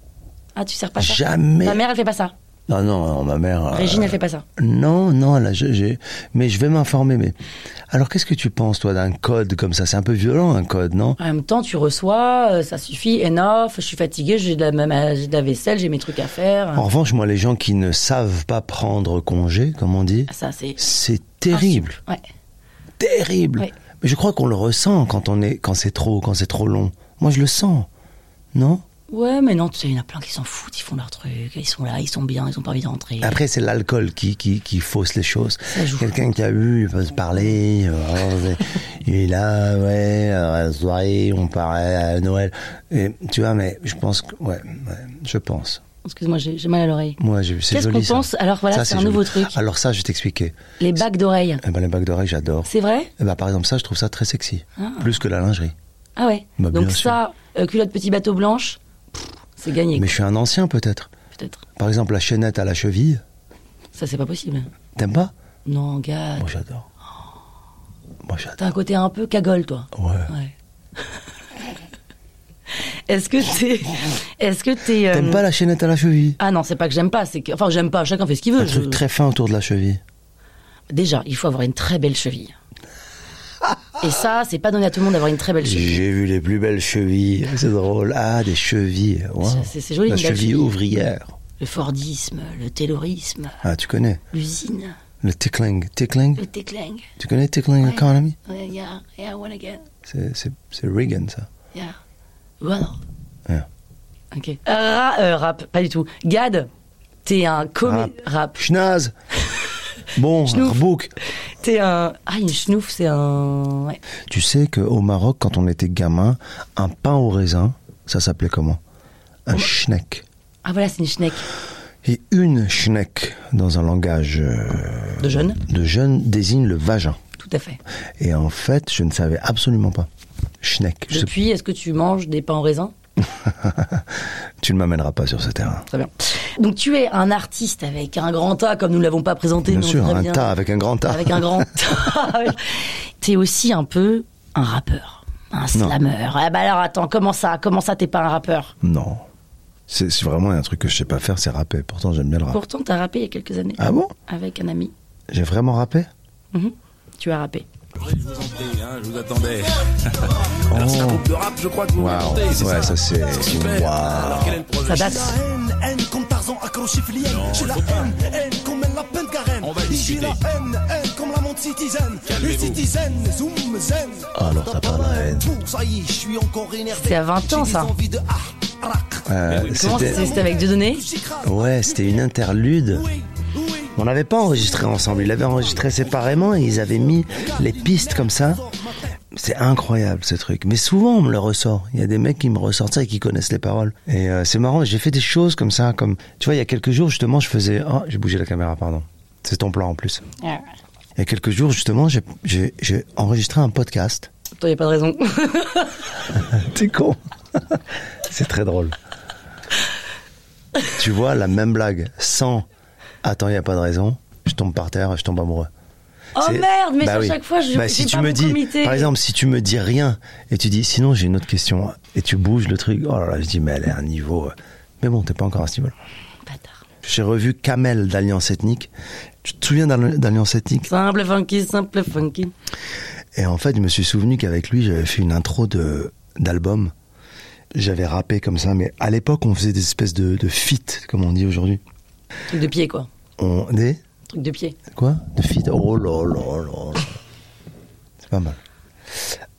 [SPEAKER 3] Ah, tu sers pas ça
[SPEAKER 4] Jamais.
[SPEAKER 3] Ma mère, elle fait pas ça.
[SPEAKER 4] Non, non, non, ma mère. euh,
[SPEAKER 3] Régine, elle fait pas ça.
[SPEAKER 4] Non, non, là, je- j'ai. Mais je vais m'informer. Mais alors, qu'est-ce que tu penses toi d'un code comme ça C'est un peu violent, un code, non
[SPEAKER 3] En même temps, tu reçois, euh, ça suffit, enough, je suis fatiguée, j'ai de, la- ma- ma- j'ai de la vaisselle, j'ai mes trucs à faire.
[SPEAKER 4] En revanche, moi, les gens qui ne savent pas prendre congé, comme on dit,
[SPEAKER 3] Ah, Ça, c'est.
[SPEAKER 4] c'est terrible,
[SPEAKER 3] Ouais.
[SPEAKER 4] terrible.
[SPEAKER 3] Ouais.
[SPEAKER 4] Mais je crois qu'on le ressent quand on est, quand c'est trop, quand c'est trop long. Moi, je le sens, non
[SPEAKER 3] Ouais, mais non, tu sais, il y en a plein qui s'en foutent, ils font leur truc, ils sont là, ils sont bien, ils ont pas envie de rentrer.
[SPEAKER 4] Après, c'est l'alcool qui, qui, qui fausse les choses.
[SPEAKER 3] Ça joue.
[SPEAKER 4] Quelqu'un qui a bu, il peut se parler. euh, oh, c'est- il est là, ouais, euh, la soirée, on part à Noël. Et, tu vois, mais je pense que, ouais, ouais, je pense.
[SPEAKER 3] Excuse-moi, j'ai j'ai mal à l'oreille.
[SPEAKER 4] Moi, j'ai vu, c'est
[SPEAKER 3] Qu'est-ce
[SPEAKER 4] joli,
[SPEAKER 3] qu'on
[SPEAKER 4] ça.
[SPEAKER 3] pense Alors voilà,
[SPEAKER 4] Ça,
[SPEAKER 3] c'est un
[SPEAKER 4] joli.
[SPEAKER 3] nouveau truc.
[SPEAKER 4] Alors ça, je vais t'expliquer.
[SPEAKER 3] Les bacs d'oreilles.
[SPEAKER 4] Eh ben, les bacs d'oreilles, j'adore.
[SPEAKER 3] C'est vrai
[SPEAKER 4] Eh ben, par exemple, ça, je trouve ça très sexy. Plus que la lingerie.
[SPEAKER 3] Ah ouais.
[SPEAKER 4] Bah, bien
[SPEAKER 3] Donc
[SPEAKER 4] sûr.
[SPEAKER 3] ça, euh, culotte petit bateau blanche, pff, c'est gagné,
[SPEAKER 4] Mais
[SPEAKER 3] quoi,
[SPEAKER 4] je suis un ancien, peut-être.
[SPEAKER 3] peut-être.
[SPEAKER 4] Par exemple, la chaînette à la cheville,
[SPEAKER 3] Ça, c'est pas possible.
[SPEAKER 4] t'aimes pas
[SPEAKER 3] Non, gars,
[SPEAKER 4] Moi, j'adore. Moi, j'adore.
[SPEAKER 3] t'as un côté un peu cagole, toi.
[SPEAKER 4] Ouais.
[SPEAKER 3] Ouais. *laughs* Est-ce que t'es. Est-ce que t'es. euh,
[SPEAKER 4] T'aimes pas la chaînette à la cheville
[SPEAKER 3] Ah non, c'est pas que j'aime pas, c'est que. Enfin, j'aime pas, chacun fait ce qu'il veut.
[SPEAKER 4] Un truc
[SPEAKER 3] je-
[SPEAKER 4] très fin autour de la cheville.
[SPEAKER 3] Déjà, il faut avoir une très belle cheville. Et ça, c'est pas donné à tout le monde d'avoir une très belle cheville.
[SPEAKER 4] J'ai vu les plus belles chevilles, c'est drôle. Ah, des chevilles, wow.
[SPEAKER 3] C'est- c'est- c'est joli,
[SPEAKER 4] La
[SPEAKER 3] une belle
[SPEAKER 4] cheville,
[SPEAKER 3] cheville.
[SPEAKER 4] ouvrière.
[SPEAKER 3] Le Fordisme, le Taylorisme,
[SPEAKER 4] Ah, tu connais
[SPEAKER 3] l'usine,
[SPEAKER 4] Le tickling. Tickling
[SPEAKER 3] le Tekling.
[SPEAKER 4] Tu connais tickling economy
[SPEAKER 3] Ouais, yeah, yeah, one again.
[SPEAKER 4] C'est- C'est c'est Reagan, ça.
[SPEAKER 3] Yeah. Ronald.
[SPEAKER 4] Yeah.
[SPEAKER 3] Ok. Ra- euh, rap, pas du tout. Gad, t'es un comé... Rap.
[SPEAKER 4] *laughs* Schnaze Bon,
[SPEAKER 3] Schnouf.
[SPEAKER 4] Rebouk.
[SPEAKER 3] T'es un... Ah, une schnouf, c'est un... Ouais.
[SPEAKER 4] Tu sais qu'au Maroc, quand on était gamin, un pain au raisin, ça s'appelait comment Un schneck.
[SPEAKER 3] Ah voilà, c'est une schneck
[SPEAKER 4] Euh, Et une schneck, dans un langage euh,
[SPEAKER 3] de jeune.
[SPEAKER 4] de jeune, désigne le vagin.
[SPEAKER 3] Tout à fait.
[SPEAKER 4] Et en fait, je ne savais absolument pas. Schneck. Je sais-
[SPEAKER 3] Depuis, est-ce que tu manges des pains au raisin
[SPEAKER 4] Tu ne m'amèneras pas sur ce terrain.
[SPEAKER 3] Très bien. Donc tu es un artiste avec un grand A, comme nous ne l'avons pas présenté.
[SPEAKER 4] Bien
[SPEAKER 3] mais on
[SPEAKER 4] sûr,
[SPEAKER 3] voudrait
[SPEAKER 4] un
[SPEAKER 3] bien-
[SPEAKER 4] tas avec un grand tas.
[SPEAKER 3] Avec un
[SPEAKER 4] *laughs*
[SPEAKER 3] grand A. T'es aussi un peu un rappeur, un slammer. Ah bah alors attends, comment ça Comment ça, t'es pas un rappeur
[SPEAKER 4] Non. C'est c'est vraiment un truc que je sais pas faire, c'est rapper. Pourtant, j'aime bien le rap.
[SPEAKER 3] Pourtant, t'as rappé il y a quelques années.
[SPEAKER 4] Ah bon
[SPEAKER 3] Avec un ami.
[SPEAKER 4] J'ai vraiment rappé
[SPEAKER 3] Mhm. Tu as rappé.
[SPEAKER 7] je vous attendais.
[SPEAKER 4] Oh,
[SPEAKER 7] de rap, je crois que vous
[SPEAKER 4] waouh.
[SPEAKER 7] m'attendez, c'est
[SPEAKER 4] Ouais, ça c'est.
[SPEAKER 7] Super.
[SPEAKER 4] Waouh.
[SPEAKER 7] Alors, quel est le problème
[SPEAKER 3] Ça date.
[SPEAKER 5] haine, haine comme Tarzan accroché flienne. J'ai la haine, haine comme la peine carène.
[SPEAKER 7] On va
[SPEAKER 5] J'ai
[SPEAKER 7] discuter.
[SPEAKER 5] la haine, haine comme la montre citizen. Les
[SPEAKER 7] Calmez-vous.
[SPEAKER 5] citizen, zoom, zen.
[SPEAKER 4] Alors, t'as pas la haine.
[SPEAKER 5] Tout, ça y est, je suis encore énervé.
[SPEAKER 3] C'est à 20 ans,
[SPEAKER 5] J'ai des
[SPEAKER 3] ça.
[SPEAKER 5] envies de ah, rac.
[SPEAKER 4] Euh,
[SPEAKER 3] Comment c'était C'était avec Dieudonné
[SPEAKER 4] Ouais, c'était une interlude. On n'avait pas enregistré ensemble, ils l'avaient enregistré séparément et ils avaient mis les pistes comme ça. C'est incroyable ce truc. Mais souvent on me le ressort. Il y a des mecs qui me ressortent ça et qui connaissent les paroles. Et euh, c'est marrant, j'ai fait des choses comme ça. Comme, tu vois, il y a quelques jours justement, je faisais. Oh, j'ai bougé la caméra, pardon. C'est ton plan en plus. Il y a quelques jours justement, j'ai- j'ai j'ai enregistré un podcast. *laughs*
[SPEAKER 3] Toi, y a pas de raison.
[SPEAKER 4] T'es con. *laughs* C'est très drôle. tu vois, la même blague, sans attends, il n'y a pas de raison, je tombe par terre, je tombe amoureux.
[SPEAKER 3] Oh
[SPEAKER 4] C'est-
[SPEAKER 3] merde, mais
[SPEAKER 4] Bah
[SPEAKER 3] à
[SPEAKER 4] oui.
[SPEAKER 3] chaque fois, je
[SPEAKER 4] Bah,
[SPEAKER 3] j'ai
[SPEAKER 4] si tu
[SPEAKER 3] pas
[SPEAKER 4] me
[SPEAKER 3] mon
[SPEAKER 4] dis,
[SPEAKER 3] comité.
[SPEAKER 4] Par exemple, si tu me dis rien et tu dis sinon j'ai une autre question et tu bouges le truc, oh là là, je dis mais elle est à un niveau. euh, Mais bon, t'es pas encore à ce niveau
[SPEAKER 3] Bâtard.
[SPEAKER 4] J'ai revu Kamel d'Alliance Ethnique. Tu te souviens d'Al- d'Alliance Ethnique
[SPEAKER 3] Simple funky, simple funky.
[SPEAKER 4] Et en fait, je me suis souvenu qu'avec lui, j'avais fait une intro de d'album. J'avais rappé comme ça, mais à l'époque, on faisait des espèces de, de feats, comme on dit aujourd'hui.
[SPEAKER 3] Truc de pied, quoi.
[SPEAKER 4] On des
[SPEAKER 3] Truc de pied.
[SPEAKER 4] quoi De feats. Oh là là là. là. C'est pas mal.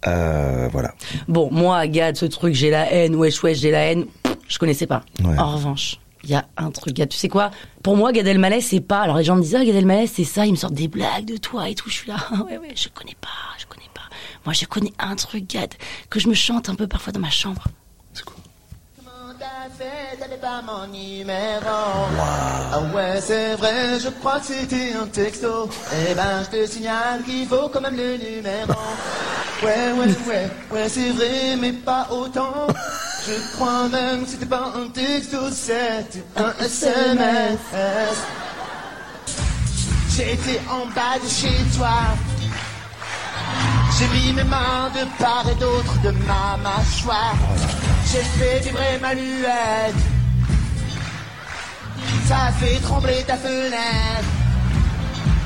[SPEAKER 4] Euh, voilà.
[SPEAKER 3] Bon, moi, Gad, ce truc, j'ai la haine, wesh, wesh, j'ai la haine, pff, je connaissais pas.
[SPEAKER 4] Ouais.
[SPEAKER 3] En revanche, il y a un truc, Gad, tu sais quoi Pour moi, Gad Elmaleh, c'est pas. Alors les gens me disent, ah, Gad Elmaleh, c'est ça, ils me sortent des blagues de toi et tout, je suis là, *laughs* Ah ouais, ouais, je connais pas, je connais pas. Moi, je connais un truc, Gad, que je me chante un peu parfois dans ma chambre.
[SPEAKER 4] C'est quoi
[SPEAKER 8] Comment t'as fait, t'avais pas mon numéro. Ah ouais, c'est vrai, je crois que c'était un texto. Eh ben, je te signale qu'il faut quand même le numéro. Ouais, ouais, ouais, ouais, c'est vrai, mais pas autant. Je crois même que c'était pas un texto, c'était un SMS. J'étais en bas de chez toi. J'ai mis mes mains de part et d'autre de ma mâchoire. J'ai fait vibrer ma luette. Ça a fait trembler ta fenêtre.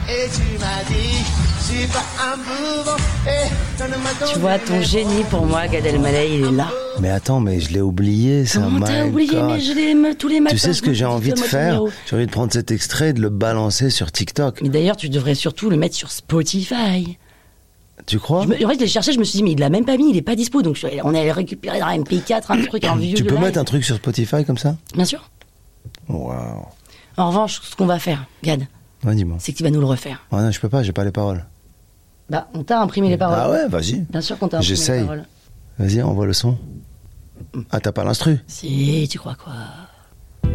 [SPEAKER 8] Et tu m'as dit, j'ai pas un mouvement. Et donne-moi ton
[SPEAKER 3] Tu vois, ton
[SPEAKER 8] numéro.
[SPEAKER 3] génie pour moi, Gad Elmaleh, il est là.
[SPEAKER 4] Mais attends, mais je l'ai oublié, ça.
[SPEAKER 3] Comment Oh, t'as
[SPEAKER 4] Oh my
[SPEAKER 3] oublié,
[SPEAKER 4] God.
[SPEAKER 3] mais je l'aime tous les matins.
[SPEAKER 4] Tu sais ce que j'ai envie de
[SPEAKER 3] Donne-moi ton
[SPEAKER 4] faire
[SPEAKER 3] numéro.
[SPEAKER 4] J'ai envie de prendre cet extrait et de le balancer sur TikTok.
[SPEAKER 3] Mais d'ailleurs, tu devrais surtout le mettre sur Spotify.
[SPEAKER 4] Tu crois
[SPEAKER 3] Je me- en fait, je l'ai cherché, je me suis dit, mais il l'a même pas mis, il est pas dispo. Donc, je suis allée- on est allé récupérer dans un MP4 un truc, un vieux.
[SPEAKER 4] Tu peux
[SPEAKER 3] live.
[SPEAKER 4] mettre un truc sur Spotify comme ça
[SPEAKER 3] Bien sûr.
[SPEAKER 4] Waouh.
[SPEAKER 3] En revanche, ce qu'on va faire, Gad,
[SPEAKER 4] Ouais, dis-moi.
[SPEAKER 3] c'est que tu vas nous le refaire.
[SPEAKER 4] Ah non, je peux pas, j'ai pas les paroles.
[SPEAKER 3] Bah, on t'a imprimé les paroles.
[SPEAKER 4] Ah ouais, vas-y.
[SPEAKER 3] Bien sûr qu'on t'a imprimé les
[SPEAKER 4] J'essaye.
[SPEAKER 3] paroles.
[SPEAKER 4] Vas-y, envoie le son. Ah, t'as pas l'instru
[SPEAKER 3] Si, tu crois quoi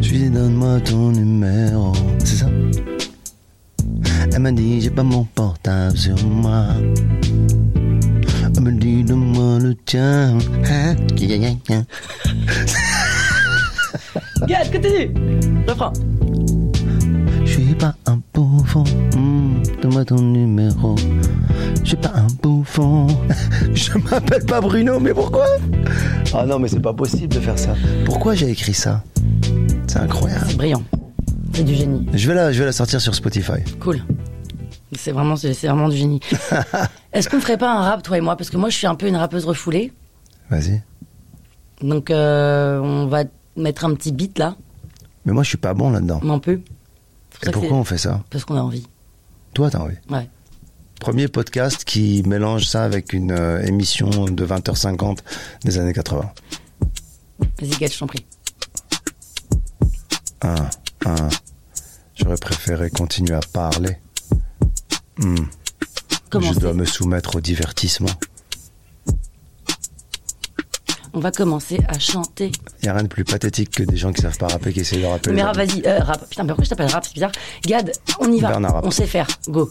[SPEAKER 4] Je lui ai dit, donne-moi ton numéro. C'est ça Elle m'a dit, j'ai pas mon portable sur moi. Elle me dit, donne-moi le tien. Hein Gna, gna, gna, gna.
[SPEAKER 3] Gad, continue Reprends.
[SPEAKER 4] Je suis pas un bouffon. Hmm, donne-moi ton numéro. Je suis pas un bouffon. *laughs* Je m'appelle pas Bruno, mais pourquoi Ah non, mais c'est pas possible de faire ça. Pourquoi j'ai écrit ça C'est incroyable.
[SPEAKER 3] C'est brillant. C'est du génie.
[SPEAKER 4] Je vais, la, je vais la sortir sur Spotify.
[SPEAKER 3] Cool. C'est vraiment, c'est c'est vraiment du
[SPEAKER 4] *laughs*
[SPEAKER 3] génie. Est-ce qu'on ferait pas un rap, toi et moi Parce que moi, je suis un peu une rappeuse refoulée.
[SPEAKER 4] Vas-y.
[SPEAKER 3] Donc, euh, on va mettre un petit beat là.
[SPEAKER 4] Mais moi, je suis pas bon là-dedans.
[SPEAKER 3] On en peut. C'est pour ça
[SPEAKER 4] Et
[SPEAKER 3] que
[SPEAKER 4] pourquoi on
[SPEAKER 3] c'est-
[SPEAKER 4] fait ça
[SPEAKER 3] Parce qu'on a envie.
[SPEAKER 4] Toi, t'as envie.
[SPEAKER 3] Ouais.
[SPEAKER 4] Premier podcast qui mélange ça avec une euh, émission de 20h50 des années 80.
[SPEAKER 3] Vas-y, Gad, je t'en prie.
[SPEAKER 4] Un, un. J'aurais préféré continuer à parler. Hmm.
[SPEAKER 3] Commencez.
[SPEAKER 4] Je dois me soumettre au divertissement.
[SPEAKER 3] On va commencer à chanter.
[SPEAKER 4] Il a rien de plus pathétique que des gens qui savent pas rapper, qui essayent de rapper. les
[SPEAKER 3] Mais rap,
[SPEAKER 4] autres.
[SPEAKER 3] vas-y, euh, rap. Putain, mais pourquoi je t'appelle rap C'est bizarre. Gad, on y va.
[SPEAKER 4] Bernard Rap.
[SPEAKER 3] On sait faire. Go.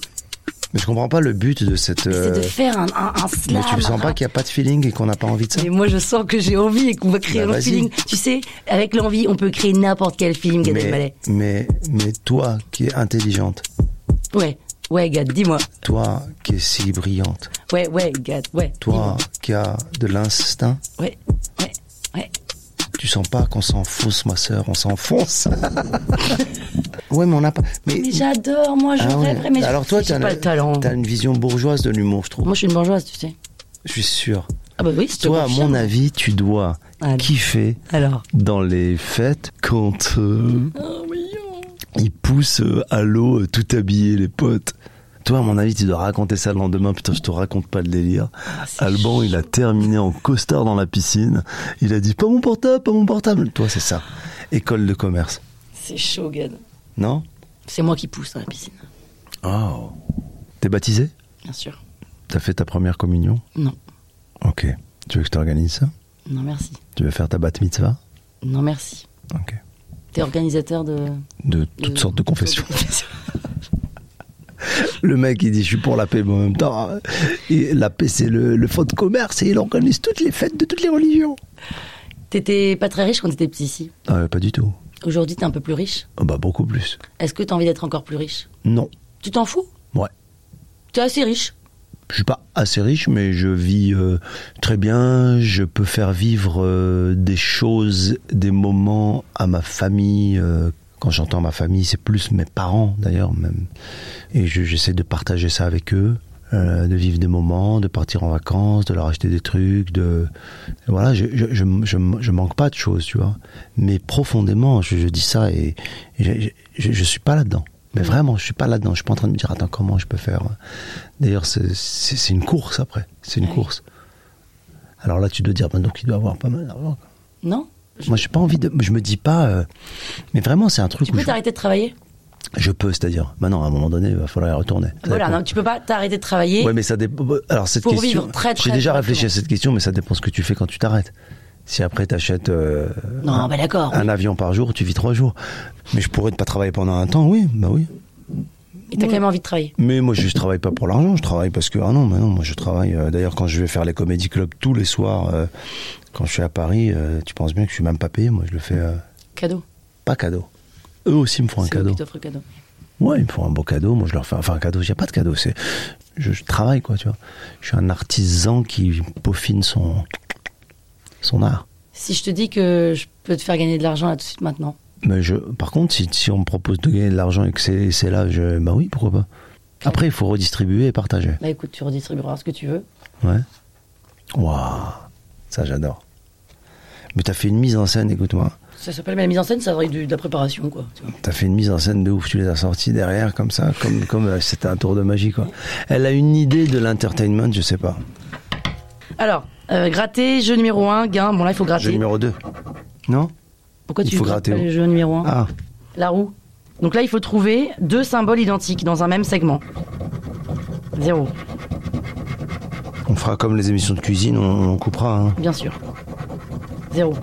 [SPEAKER 4] Mais je comprends pas le but de cette.
[SPEAKER 3] C'est de
[SPEAKER 4] euh,
[SPEAKER 3] faire un, un, un
[SPEAKER 4] Mais
[SPEAKER 3] slam.
[SPEAKER 4] tu
[SPEAKER 3] un
[SPEAKER 4] sens pas
[SPEAKER 3] rap.
[SPEAKER 4] qu'il n'y a pas de feeling et qu'on n'a pas envie de ça
[SPEAKER 3] Mais moi, je sens que j'ai envie et qu'on va créer
[SPEAKER 4] Bah,
[SPEAKER 3] un
[SPEAKER 4] vas-y.
[SPEAKER 3] feeling. Tu sais, avec l'envie, on peut créer n'importe quel film, Gad
[SPEAKER 4] mais,
[SPEAKER 3] Elmaleh.
[SPEAKER 4] mais, mais toi qui es intelligente,
[SPEAKER 3] Ouais. Ouais, Gad, dis-moi.
[SPEAKER 4] Toi qui es si brillante.
[SPEAKER 3] Ouais, ouais, Gad, ouais.
[SPEAKER 4] Toi qui as de l'instinct.
[SPEAKER 3] Ouais, ouais, ouais.
[SPEAKER 4] Tu sens pas qu'on s'enfonce, ma sœur,
[SPEAKER 3] *laughs*
[SPEAKER 4] on s'enfonce. ouais, mais on n'a pas. Mais,
[SPEAKER 3] Mais j'adore, moi, je
[SPEAKER 4] Ah ouais.
[SPEAKER 3] rêverais, mais
[SPEAKER 4] Alors toi,
[SPEAKER 3] j'ai
[SPEAKER 4] t'as
[SPEAKER 3] pas
[SPEAKER 4] une-
[SPEAKER 3] le talent.
[SPEAKER 4] t'as une vision bourgeoise de l'humour, je trouve.
[SPEAKER 3] Moi, je suis une bourgeoise, tu sais.
[SPEAKER 4] Je suis sûr.
[SPEAKER 3] Ah bah oui, c'est
[SPEAKER 4] Toi, à mon avis, tu dois
[SPEAKER 3] Alors.
[SPEAKER 4] kiffer
[SPEAKER 3] Alors.
[SPEAKER 4] dans les fêtes quand euh,
[SPEAKER 3] Ah oh.
[SPEAKER 4] ils poussent euh, à l'eau euh, tout habillés les potes. Toi, à mon avis, tu dois raconter ça le lendemain. Putain, je te raconte pas le délire. Alban, il a terminé en costard dans la piscine. Il a dit pas mon portable, pas mon portable. Toi, c'est ça. École de commerce,
[SPEAKER 3] C'est chaud, Gad.
[SPEAKER 4] non
[SPEAKER 3] C'est moi qui pousse dans la piscine,
[SPEAKER 4] Oh. T'es baptisé
[SPEAKER 3] bien sûr.
[SPEAKER 4] T'as fait ta première communion
[SPEAKER 3] Non,
[SPEAKER 4] Ok. Tu veux que je t'organise ça
[SPEAKER 3] non, merci.
[SPEAKER 4] Tu veux faire ta bat mitzvah
[SPEAKER 3] Non, merci.
[SPEAKER 4] Ok.
[SPEAKER 3] T'es organisateur de.
[SPEAKER 4] De toutes
[SPEAKER 3] de-
[SPEAKER 4] sortes
[SPEAKER 3] *laughs*
[SPEAKER 4] de confessions.
[SPEAKER 3] confessions.
[SPEAKER 4] Le mec, il dit, je suis pour la paix, mais en même temps, euh, il- la paix, c'est le, le fond de commerce et il organise toutes les fêtes de toutes les religions.
[SPEAKER 3] T'étais pas très riche quand t'étais petit, si.
[SPEAKER 4] Ah, pas du tout.
[SPEAKER 3] Aujourd'hui, t'es un peu plus riche.
[SPEAKER 4] Ah bah, beaucoup plus.
[SPEAKER 3] Est-ce que t'as envie d'être encore plus riche
[SPEAKER 4] Non.
[SPEAKER 3] Tu t'en fous
[SPEAKER 4] Ouais.
[SPEAKER 3] T'es assez riche.
[SPEAKER 4] Je suis pas assez riche, mais je vis euh, très bien. Je peux faire vivre euh, des choses, des moments à ma famille. euh, quand j'entends ma famille, c'est plus mes parents d'ailleurs même. Et je- j'essaie de partager ça avec eux, euh, de vivre des moments, de partir en vacances, de leur acheter des trucs, de voilà. Je, je, je, je, je manque pas de choses, tu vois. Mais profondément, je, je dis ça et, et je, je, je suis pas là-dedans.
[SPEAKER 3] Mm.
[SPEAKER 4] Mais vraiment, je suis pas là-dedans. Je suis pas en train de me dire attends comment je peux faire. hein. D'ailleurs, c'est- c'est c'est une course après. C'est une course. Alors là, tu dois dire, ben, donc il doit avoir pas mal d'argent. quoi.
[SPEAKER 3] Non
[SPEAKER 4] Moi, j'ai pas envie de. Je me dis pas. euh, mais vraiment, c'est un truc
[SPEAKER 3] Tu
[SPEAKER 4] où
[SPEAKER 3] peux
[SPEAKER 4] je,
[SPEAKER 3] t'arrêter de travailler
[SPEAKER 4] je peux, c'est-à-dire, maintenant, à un moment donné, il va falloir y retourner. Ça
[SPEAKER 3] Ah, Voilà,
[SPEAKER 4] dépend.
[SPEAKER 3] non, tu peux pas t'arrêter de travailler.
[SPEAKER 4] Ouais, mais ça dépend. Alors cette
[SPEAKER 3] Pour
[SPEAKER 4] question,
[SPEAKER 3] vivre très, très,
[SPEAKER 4] j'ai déjà
[SPEAKER 3] très
[SPEAKER 4] réfléchi à cette question, mais ça dépend ce que tu fais quand tu t'arrêtes. Si après t'achètes euh,
[SPEAKER 3] Non,
[SPEAKER 4] un,
[SPEAKER 3] bah d'accord.
[SPEAKER 4] un avion par jour, tu vis trois jours. Mais je pourrais ne pas travailler pendant un temps, oui, bah oui.
[SPEAKER 3] Et t'as quand même envie de travailler.
[SPEAKER 4] Mais moi, je travaille pas pour l'argent, je travaille parce que ah non, mais non, moi je travaille. euh, D'ailleurs, quand je vais faire les comédie clubs tous les soirs, euh, quand je suis à Paris, euh, tu penses bien que je suis même pas payé. Moi, je le fais euh,
[SPEAKER 3] Cadeau.
[SPEAKER 4] pas cadeau. Eux aussi me font un
[SPEAKER 3] C'est eux
[SPEAKER 4] cadeau.
[SPEAKER 3] qui t'offrent cadeau.
[SPEAKER 4] Ouais, ils me font un beau cadeau. Moi, je leur fais enfin un cadeau. Il n'y a pas de cadeau. C'est je, je travaille quoi, tu vois. Je suis un artisan qui peaufine son son art.
[SPEAKER 3] Si je te dis que je peux te faire gagner de l'argent là tout de suite maintenant,
[SPEAKER 4] Mais je, par contre, si, si on me propose de gagner de l'argent et que c'est c'est là, je, bah oui, pourquoi pas. Après, il faut redistribuer et partager.
[SPEAKER 3] bah écoute, tu redistribueras ce que tu veux.
[SPEAKER 4] Ouais. Waouh, ça j'adore. Mais t'as fait une mise en scène, écoute-moi.
[SPEAKER 3] Ça s'appelle la mise en scène, ça aurait de, de la préparation, quoi. tu vois.
[SPEAKER 4] T'as fait une mise en scène de ouf, tu les as sortis derrière comme ça, comme *laughs* comme euh, c'était un tour de magie quoi. Elle a une idée de l'entertainment, je sais pas.
[SPEAKER 3] Alors, euh, gratter, jeu numéro 1, gain. Bon, là, il faut gratter.
[SPEAKER 4] Jeu numéro 2. Non
[SPEAKER 3] Pourquoi
[SPEAKER 4] Il
[SPEAKER 3] tu
[SPEAKER 4] faut
[SPEAKER 3] grattes
[SPEAKER 4] gratter
[SPEAKER 3] pas
[SPEAKER 4] où
[SPEAKER 3] le jeu numéro 1
[SPEAKER 4] Ah,
[SPEAKER 3] La roue. Donc là, il faut trouver deux symboles identiques dans un même segment. Zéro,
[SPEAKER 4] on fera comme les émissions de cuisine, on, on coupera. hein.
[SPEAKER 3] bien sûr. Zéro.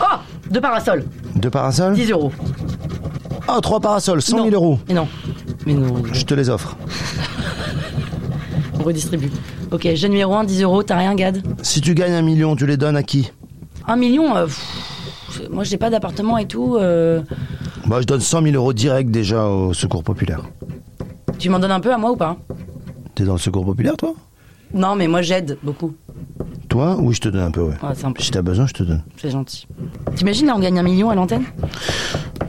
[SPEAKER 3] Oh Deux parasols
[SPEAKER 4] Deux parasols
[SPEAKER 3] 10 euros.
[SPEAKER 4] Ah, trois parasols, 100
[SPEAKER 3] Non.
[SPEAKER 4] 000 euros.
[SPEAKER 3] Mais non. Mais non,
[SPEAKER 4] Je te les offre.
[SPEAKER 3] on redistribue. Ok, jeu numéro 1, 10 euros, t'as rien, Gad
[SPEAKER 4] Si tu gagnes un million, tu les donnes à qui
[SPEAKER 3] Un million euh, pff, Moi, j'ai pas d'appartement et tout. euh,
[SPEAKER 4] Bah, je donne 100 000 euros direct déjà au Secours Populaire.
[SPEAKER 3] tu m'en donnes un peu à moi ou pas
[SPEAKER 4] T'es dans le Secours Populaire, toi
[SPEAKER 3] Non, mais moi, j'aide beaucoup.
[SPEAKER 4] Toi Oui, je te donne un peu, ouais.
[SPEAKER 3] Ouais, c'est un peu-
[SPEAKER 4] Si t'as besoin, je te donne.
[SPEAKER 3] C'est gentil. T'imagines, là, on gagne un million à l'antenne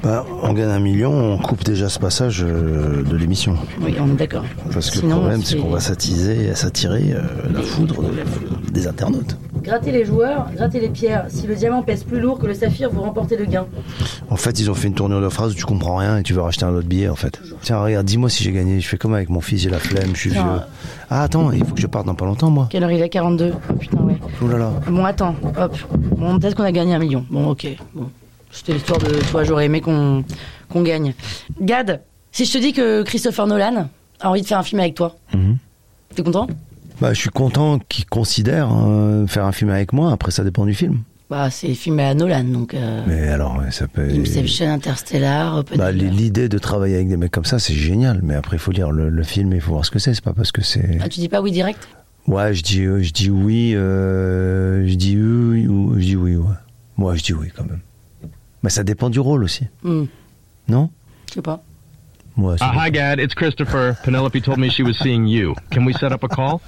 [SPEAKER 4] Bah, on gagne un million, on coupe déjà ce passage euh, de l'émission.
[SPEAKER 3] Oui, on est d'accord.
[SPEAKER 4] Parce que
[SPEAKER 3] Sinon,
[SPEAKER 4] le problème,
[SPEAKER 3] on se
[SPEAKER 4] c'est
[SPEAKER 3] fait-
[SPEAKER 4] qu'on va s'attiser, s'attirer euh, la foudre de- des internautes.
[SPEAKER 3] Grattez les joueurs, grattez les pierres. Si le diamant pèse plus lourd que le saphir, vous remportez le gain.
[SPEAKER 4] En fait, ils ont fait une tournure de phrase où tu comprends rien et tu veux racheter un autre billet, en fait. Tiens, regarde, dis-moi si j'ai gagné. Je fais comme avec mon fils, j'ai la flemme, je suis vieux.
[SPEAKER 3] Tiens, euh,
[SPEAKER 4] Ah, attends, il faut que je parte dans pas longtemps, moi.
[SPEAKER 3] Quelle heure il est 42. Oh, putain, ouais.
[SPEAKER 4] Oh là là.
[SPEAKER 3] Bon, attends, hop. Bon, peut-être qu'on a gagné un million. Bon, ok. Bon. C'était l'histoire de toi, j'aurais aimé qu'on qu'on gagne. Gad, si je te dis que Christopher Nolan a envie de faire un film avec toi,
[SPEAKER 4] Mhm.
[SPEAKER 3] t'es content
[SPEAKER 4] Bah, je suis content qu'ils considèrent euh, faire un film avec moi. Après, ça dépend du film.
[SPEAKER 3] Bah, c'est les films à Nolan, donc. euh,
[SPEAKER 4] Mais alors, ouais, ça peut.
[SPEAKER 3] Inception, Interstellar, Open
[SPEAKER 4] Bah,
[SPEAKER 3] Door.
[SPEAKER 4] L'idée de travailler avec des mecs comme ça, c'est génial. Mais après, il faut lire le, le film et il faut voir ce que c'est. C'est pas parce que c'est.
[SPEAKER 3] Ah, tu dis pas oui direct
[SPEAKER 4] Ouais, je dis, euh, je dis oui, euh, je dis oui, ou- je dis oui, ouais. Moi, je dis oui quand même. Mais ça dépend du rôle aussi,
[SPEAKER 3] Hmm,
[SPEAKER 4] non
[SPEAKER 3] Je sais pas.
[SPEAKER 4] Ouais, c'est
[SPEAKER 9] Ah,
[SPEAKER 10] Uh,
[SPEAKER 4] bon.
[SPEAKER 10] hi, Gad. It's Christopher. Penelope told me she was seeing you. Can we set up a call?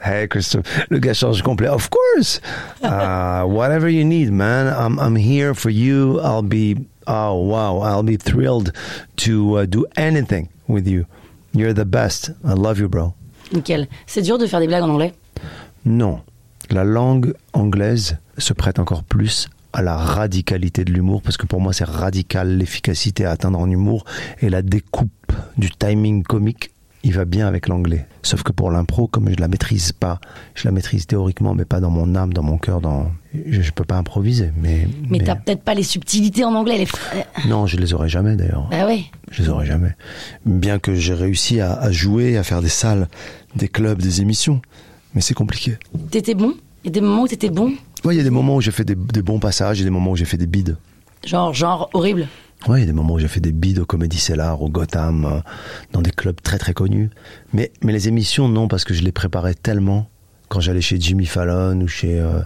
[SPEAKER 4] Hey, Christophe, le gars change complet. Of course. Uh, whatever you need, man. I'm, I'm here for you. I'll be, oh, wow. I'll be thrilled to uh, do anything with you. You're the best. I love you, bro.
[SPEAKER 3] Nickel. C'est dur de faire des blagues en anglais.
[SPEAKER 4] Non. La langue anglaise se prête encore plus à la radicalité de l'humour, parce que pour moi, c'est radical l'efficacité à atteindre en humour et la découpe du timing comique. Il va bien avec l'anglais. Sauf que pour l'impro, comme je la maîtrise pas, je la maîtrise théoriquement, mais pas dans mon âme, dans mon cœur, dans. Je, je peux pas improviser, mais.
[SPEAKER 3] Mais, t'as peut-être pas les subtilités en anglais. Les... euh,
[SPEAKER 4] Non, je les aurais jamais d'ailleurs.
[SPEAKER 3] Bah ouais.
[SPEAKER 4] Je les aurais jamais. Bien que j'ai réussi à, à jouer, à faire des salles, des clubs, des émissions. Mais c'est compliqué.
[SPEAKER 3] T'étais bon Il y a des moments où t'étais bon
[SPEAKER 4] Ouais, il y a des moments où j'ai fait des, des bons passages, il y a des moments où j'ai fait des bides.
[SPEAKER 3] Genre, genre horrible.
[SPEAKER 4] Ouais, il y a des moments où j'ai fait des bides au Comédie Cellar, au Gotham, euh, dans des clubs très très connus. Mais, mais les émissions, non, parce que je les préparais tellement. Quand j'allais chez Jimmy Fallon ou chez euh,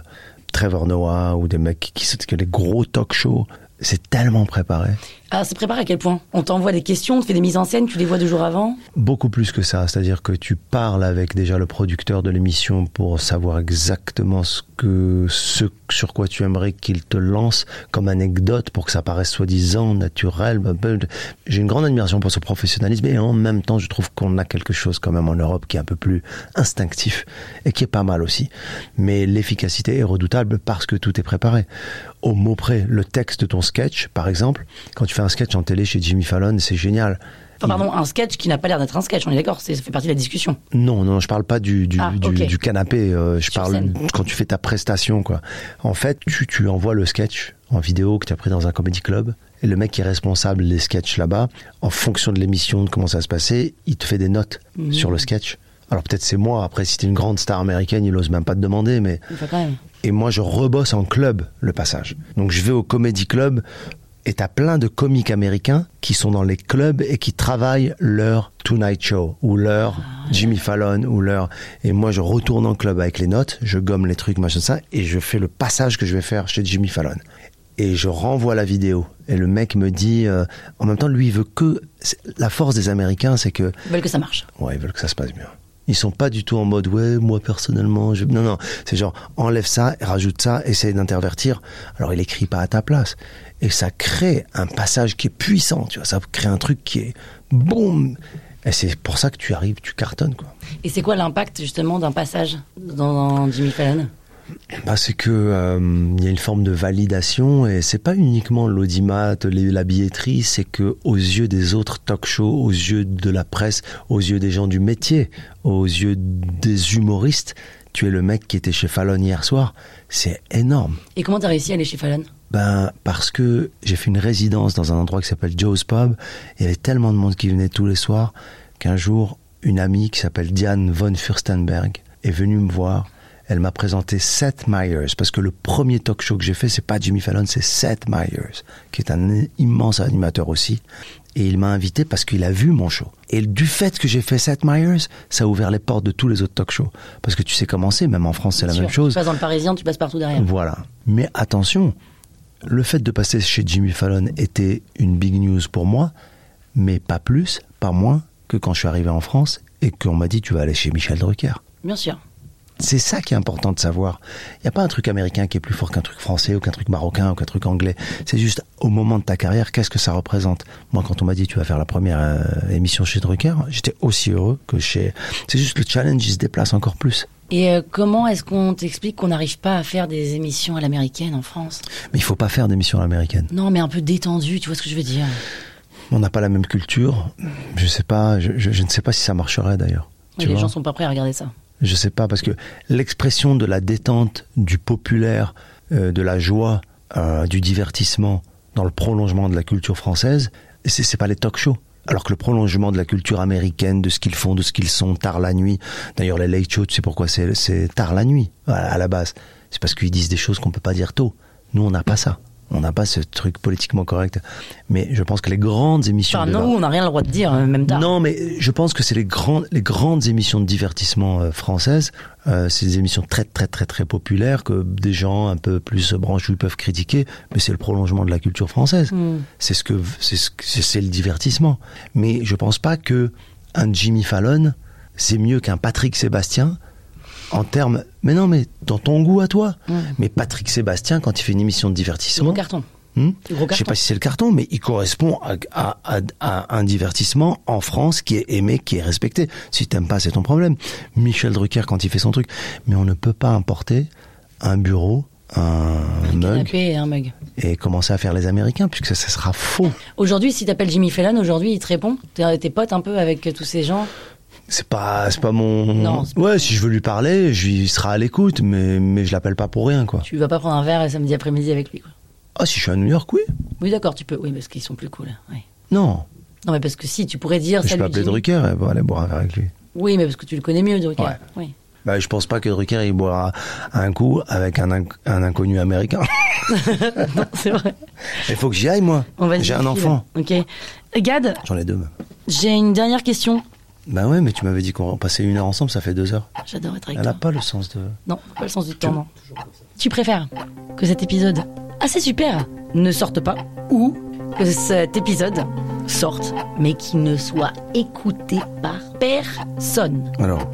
[SPEAKER 4] Trevor Noah ou des mecs qui, qui, que les gros talk shows, c'est tellement préparé.
[SPEAKER 3] Ah, c'est préparé à quel point On t'envoie des questions, on te fait des mises en scène, tu les vois deux jours avant.
[SPEAKER 4] Beaucoup plus que ça, c'est-à-dire que tu parles avec déjà le producteur de l'émission pour savoir exactement ce que ce sur quoi tu aimerais qu'il te lance comme anecdote pour que ça paraisse soi-disant naturel. Ben, J'ai une grande admiration pour ce professionnalisme et en même temps, je trouve qu'on a quelque chose quand même en Europe qui est un peu plus instinctif et qui est pas mal aussi. Mais l'efficacité est redoutable parce que tout est préparé. Au mot près, le texte de ton sketch, par exemple, quand tu fais un sketch en télé chez Jimmy Fallon, c'est génial.
[SPEAKER 3] Enfin, pardon, un sketch qui n'a pas l'air d'être un sketch, on est d'accord, c'est- ça fait partie de la discussion.
[SPEAKER 4] Non, non, je parle pas du, du,
[SPEAKER 3] Ah,
[SPEAKER 4] du,
[SPEAKER 3] ok.
[SPEAKER 4] du canapé. euh, je parle
[SPEAKER 3] scène.
[SPEAKER 4] quand tu fais ta prestation, quoi. En fait, tu, tu envoies le sketch en vidéo que tu as pris dans un comedy club. Et le mec qui est responsable des sketchs là-bas, en fonction de l'émission, de comment ça se passait, il te fait des notes
[SPEAKER 3] Mhm.
[SPEAKER 4] sur le sketch. Alors peut-être c'est moi, après si t'es une grande star américaine, il ose même pas te demander, mais...
[SPEAKER 3] Enfin, quand même.
[SPEAKER 4] Et moi, je rebosse en club le passage. Donc, je vais au comedy club et t'as plein de comiques américains qui sont dans les clubs et qui travaillent leur Tonight Show ou leur Jimmy Fallon ou leur. Et moi, je retourne en club avec les notes, je gomme les trucs, machin, ça, et je fais le passage que je vais faire chez Jimmy Fallon. Et je renvoie la vidéo. Et le mec me dit, euh, en même temps, lui, il veut que. c'est- La force des Américains, c'est que
[SPEAKER 3] Ils veulent que ça marche.
[SPEAKER 4] Ouais, ils veulent que ça se passe bien. Ils sont pas du tout en mode ouais, moi personnellement, je... non non, c'est genre enlève ça, rajoute ça, essaye d'intervertir. Alors il écrit pas à ta place et ça crée un passage qui est puissant, tu vois, ça crée un truc qui est boum. Et c'est pour ça que tu arrives, tu cartonnes quoi.
[SPEAKER 3] Et c'est quoi l'impact justement d'un passage dans Jimmy Fallon
[SPEAKER 4] Bah, c'est que euh, il y a une forme de validation et c'est pas uniquement l'audimat, les- la billetterie, c'est que aux yeux des autres talk-shows, aux yeux de la presse, aux yeux des gens du métier, aux yeux des humoristes, tu es le mec qui était chez Fallon hier soir, c'est énorme.
[SPEAKER 3] Et comment t'as réussi à aller chez Fallon
[SPEAKER 4] Ben, parce que j'ai fait une résidence dans un endroit qui s'appelle Joe's Pub. Il y avait tellement de monde qui venait tous les soirs qu'un jour, une amie qui s'appelle Diane von Furstenberg est venue me voir. Elle m'a présenté Seth Meyers parce que le premier talk show que j'ai fait, c'est pas Jimmy Fallon, c'est Seth Meyers, qui est un immense animateur aussi. Et il m'a invité parce qu'il a vu mon show. Et du fait que j'ai fait Seth Meyers, ça a ouvert les portes de tous les autres talk shows. Parce que tu sais comment c'est, même en France, c'est la
[SPEAKER 3] Sûr,
[SPEAKER 4] même chose.
[SPEAKER 3] Tu passes dans le Parisien, tu passes partout derrière.
[SPEAKER 4] Voilà. Mais attention, le fait de passer chez Jimmy Fallon était une big news pour moi, mais pas plus, pas moins que quand je suis arrivé en France et qu'on m'a dit tu vas aller chez Michel Drucker.
[SPEAKER 3] Bien sûr.
[SPEAKER 4] C'est ça qui est important de savoir. Il n'y a pas un truc américain qui est plus fort qu'un truc français ou qu'un truc marocain ou qu'un truc anglais. C'est juste au moment de ta carrière, qu'est-ce que ça représente Moi, quand on m'a dit tu vas faire la première euh, émission chez Drucker, j'étais aussi heureux que chez. C'est juste le challenge, il se déplace encore plus.
[SPEAKER 3] Et euh, comment est-ce qu'on t'explique qu'on n'arrive pas à faire des émissions à l'américaine en France
[SPEAKER 4] Mais il faut pas faire d'émission à l'américaine.
[SPEAKER 3] Non, mais un peu détendu, tu vois ce que je veux dire
[SPEAKER 4] On n'a pas la même culture. Je sais pas. Je, je- je ne sais pas si ça marcherait d'ailleurs.
[SPEAKER 3] Ouais,
[SPEAKER 4] Tu
[SPEAKER 3] Les
[SPEAKER 4] vois
[SPEAKER 3] gens sont pas prêts à regarder ça.
[SPEAKER 4] Je sais pas parce que l'expression de la détente, du populaire, euh, de la joie, euh, du divertissement dans le prolongement de la culture française, c'est c'est pas les talk-shows. Alors que le prolongement de la culture américaine, de ce qu'ils font, de ce qu'ils sont tard la nuit. D'ailleurs, les late shows, tu sais pourquoi c'est c'est tard la nuit à à la base. C'est parce qu'ils disent des choses qu'on peut pas dire tôt. Nous, on n'a pas ça. On n'a pas ce truc politiquement correct. Mais je pense que les grandes émissions.
[SPEAKER 3] Enfin,
[SPEAKER 4] de
[SPEAKER 3] non,
[SPEAKER 4] la-
[SPEAKER 3] on n'a rien le droit de dire, euh, même tard.
[SPEAKER 4] non, mais je pense que c'est les grandes, les grandes émissions de divertissement euh, françaises. Euh, c'est des émissions très, très, très, très populaires que des gens un peu plus branchus peuvent critiquer, mais c'est le prolongement de la culture française.
[SPEAKER 3] Mm.
[SPEAKER 4] C'est ce que, c'est ce que- c'est le divertissement. Mais je pense pas que un Jimmy Fallon, c'est mieux qu'un Patrick Sébastien en termes. Mais non, mais dans ton goût à toi.
[SPEAKER 3] Mm.
[SPEAKER 4] Mais Patrick Sébastien, quand il fait une émission de
[SPEAKER 3] Gros
[SPEAKER 4] divertissement,
[SPEAKER 3] carton.
[SPEAKER 4] Hmm
[SPEAKER 3] Gros
[SPEAKER 4] je sais
[SPEAKER 3] carton.
[SPEAKER 4] pas si c'est le carton, mais il correspond à, à- à- à un divertissement en France qui est aimé, qui est respecté. Si t'aimes pas, c'est ton problème. Michel Drucker quand il fait son truc, mais on ne peut pas importer un bureau, un mug
[SPEAKER 3] Canapé et un mug.
[SPEAKER 4] et commencer à faire les Américains, puisque ça, ça sera faux.
[SPEAKER 3] Aujourd'hui, si t'appelles Jimmy Fallon, aujourd'hui, il te répond. T'es t'es pote un peu avec euh, tous ces gens.
[SPEAKER 4] C'est pas, c'est pas mon.
[SPEAKER 3] Non, c'est pas-
[SPEAKER 4] ouais, si je veux lui parler, je lui- il sera à l'écoute, mais mais je l'appelle pas pour rien, quoi.
[SPEAKER 3] Tu vas pas prendre un verre euh, samedi après-midi avec lui. quoi.
[SPEAKER 4] Ah, si je suis à New York, oui.
[SPEAKER 3] Oui, d'accord, tu peux. Oui, parce qu'ils sont plus cool. ouais.
[SPEAKER 4] Non,
[SPEAKER 3] Non, mais parce que si, tu pourrais dire.
[SPEAKER 4] je
[SPEAKER 3] salut,
[SPEAKER 4] peux appeler
[SPEAKER 3] Jimmy.
[SPEAKER 4] Drucker et bon, aller boire un verre avec lui.
[SPEAKER 3] Oui, mais parce que tu le connais mieux, Drucker.
[SPEAKER 4] Ouais.
[SPEAKER 3] Oui. *laughs*
[SPEAKER 4] Bah, je pense pas que Drucker il boira un coup avec un, inc- un
[SPEAKER 3] *laughs*
[SPEAKER 4] inconnu américain.
[SPEAKER 3] Non, c'est vrai.
[SPEAKER 4] Il faut que j'y aille moi.
[SPEAKER 3] On va se
[SPEAKER 4] J'ai un
[SPEAKER 3] dire,
[SPEAKER 4] enfant.
[SPEAKER 3] Ok. Gad,
[SPEAKER 4] J'en ai deux. même.
[SPEAKER 3] j'ai une dernière question.
[SPEAKER 4] Bah ouais, mais tu m'avais dit qu'on passait une heure ensemble, ça fait deux heures.
[SPEAKER 3] J'adore être avec
[SPEAKER 4] Elle
[SPEAKER 3] toi.
[SPEAKER 4] a pas le sens de.
[SPEAKER 3] Non, pas le sens du temps, non. Tu préfères que cet épisode assez super ne sorte pas ou que cet épisode sorte mais qu'il ne soit écouté par personne
[SPEAKER 4] Alors,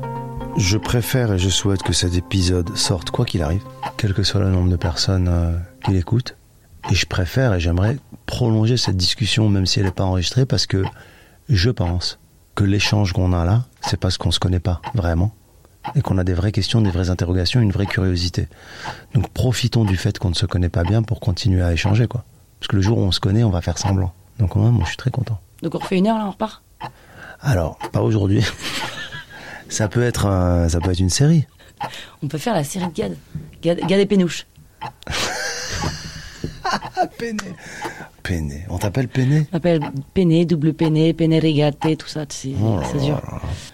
[SPEAKER 4] je préfère et je souhaite que cet épisode sorte quoi qu'il arrive, quel que soit le nombre de personnes euh, qui l'écoutent. Et je préfère et j'aimerais prolonger cette discussion, même si elle n'est pas enregistrée, parce que je pense que l'échange qu'on a là, c'est parce qu'on ne se connaît pas vraiment et qu'on a des vraies questions, des vraies interrogations, une vraie curiosité. Donc profitons du fait qu'on ne se connaît pas bien pour continuer à échanger, quoi. Parce que le jour où on se connaît, on va faire semblant. Donc moi, moi je suis très content.
[SPEAKER 3] Donc on refait une heure là, on repart
[SPEAKER 4] Alors, pas *laughs* aujourd'hui. ça peut être un- ça peut être une série.
[SPEAKER 3] On peut faire la série de Gad. Gad, Gad et Pénouche.
[SPEAKER 4] Péné. Péné. On t'appelle Péné
[SPEAKER 3] On appelle Péné, double Péné, Péné régaté, tout ça, tu sais,
[SPEAKER 4] Oh là
[SPEAKER 3] c'est
[SPEAKER 4] là
[SPEAKER 3] dur.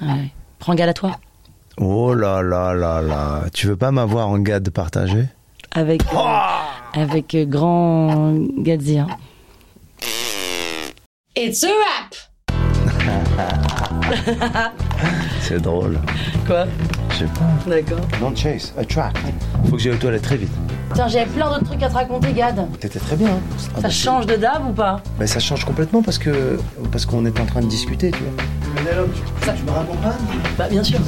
[SPEAKER 3] Ouais. Prends Gad à toi.
[SPEAKER 4] Oh là là là là. Tu veux pas m'avoir en gars de partager
[SPEAKER 3] Avec, euh, avec euh, grand Gadzir.
[SPEAKER 1] It's a wrap.
[SPEAKER 4] C'est drôle.
[SPEAKER 3] Quoi
[SPEAKER 4] Je sais pas.
[SPEAKER 3] D'accord.
[SPEAKER 4] Non, Chase, attract. Faut que j'aille aux toilettes très vite.
[SPEAKER 3] Tiens, j'avais plein d'autres trucs à te raconter, Gad.
[SPEAKER 4] T'étais très bien. hein. Ah bah,
[SPEAKER 3] Ça change de dab ou pas
[SPEAKER 4] c'est- Mais ça change complètement parce que parce qu'on est en train de discuter, tu vois. tu me raccompagnes
[SPEAKER 3] Bah bien sûr.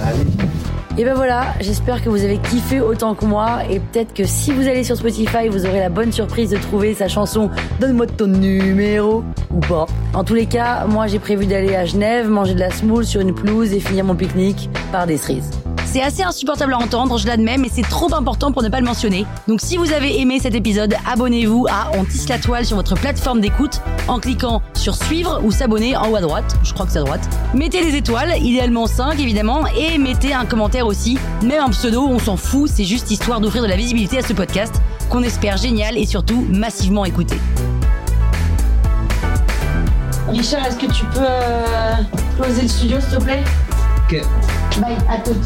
[SPEAKER 3] Et ben voilà, j'espère que vous avez kiffé autant que moi et peut-être que si vous allez sur Spotify, vous aurez la bonne surprise de trouver sa chanson Donne-moi ton numéro ou pas. En tous les cas, moi j'ai prévu d'aller à Genève, manger de la semoule sur une pelouse et finir mon pique-nique par des cerises. C'est assez insupportable à entendre, je l'admets, mais c'est trop important pour ne pas le mentionner. Donc si vous avez aimé cet épisode, abonnez-vous à On tisse la toile sur votre plateforme d'écoute en cliquant sur suivre ou s'abonner en haut à droite, je crois que c'est à droite. Mettez les étoiles, idéalement 5 évidemment, et mettez un commentaire aussi, même un pseudo, on s'en fout, c'est juste histoire d'offrir de la visibilité à ce podcast qu'on espère génial et surtout massivement écouté. Richard, est-ce que tu peux closer le studio s'il te plaît
[SPEAKER 2] Ok.
[SPEAKER 3] Bye, à toutes.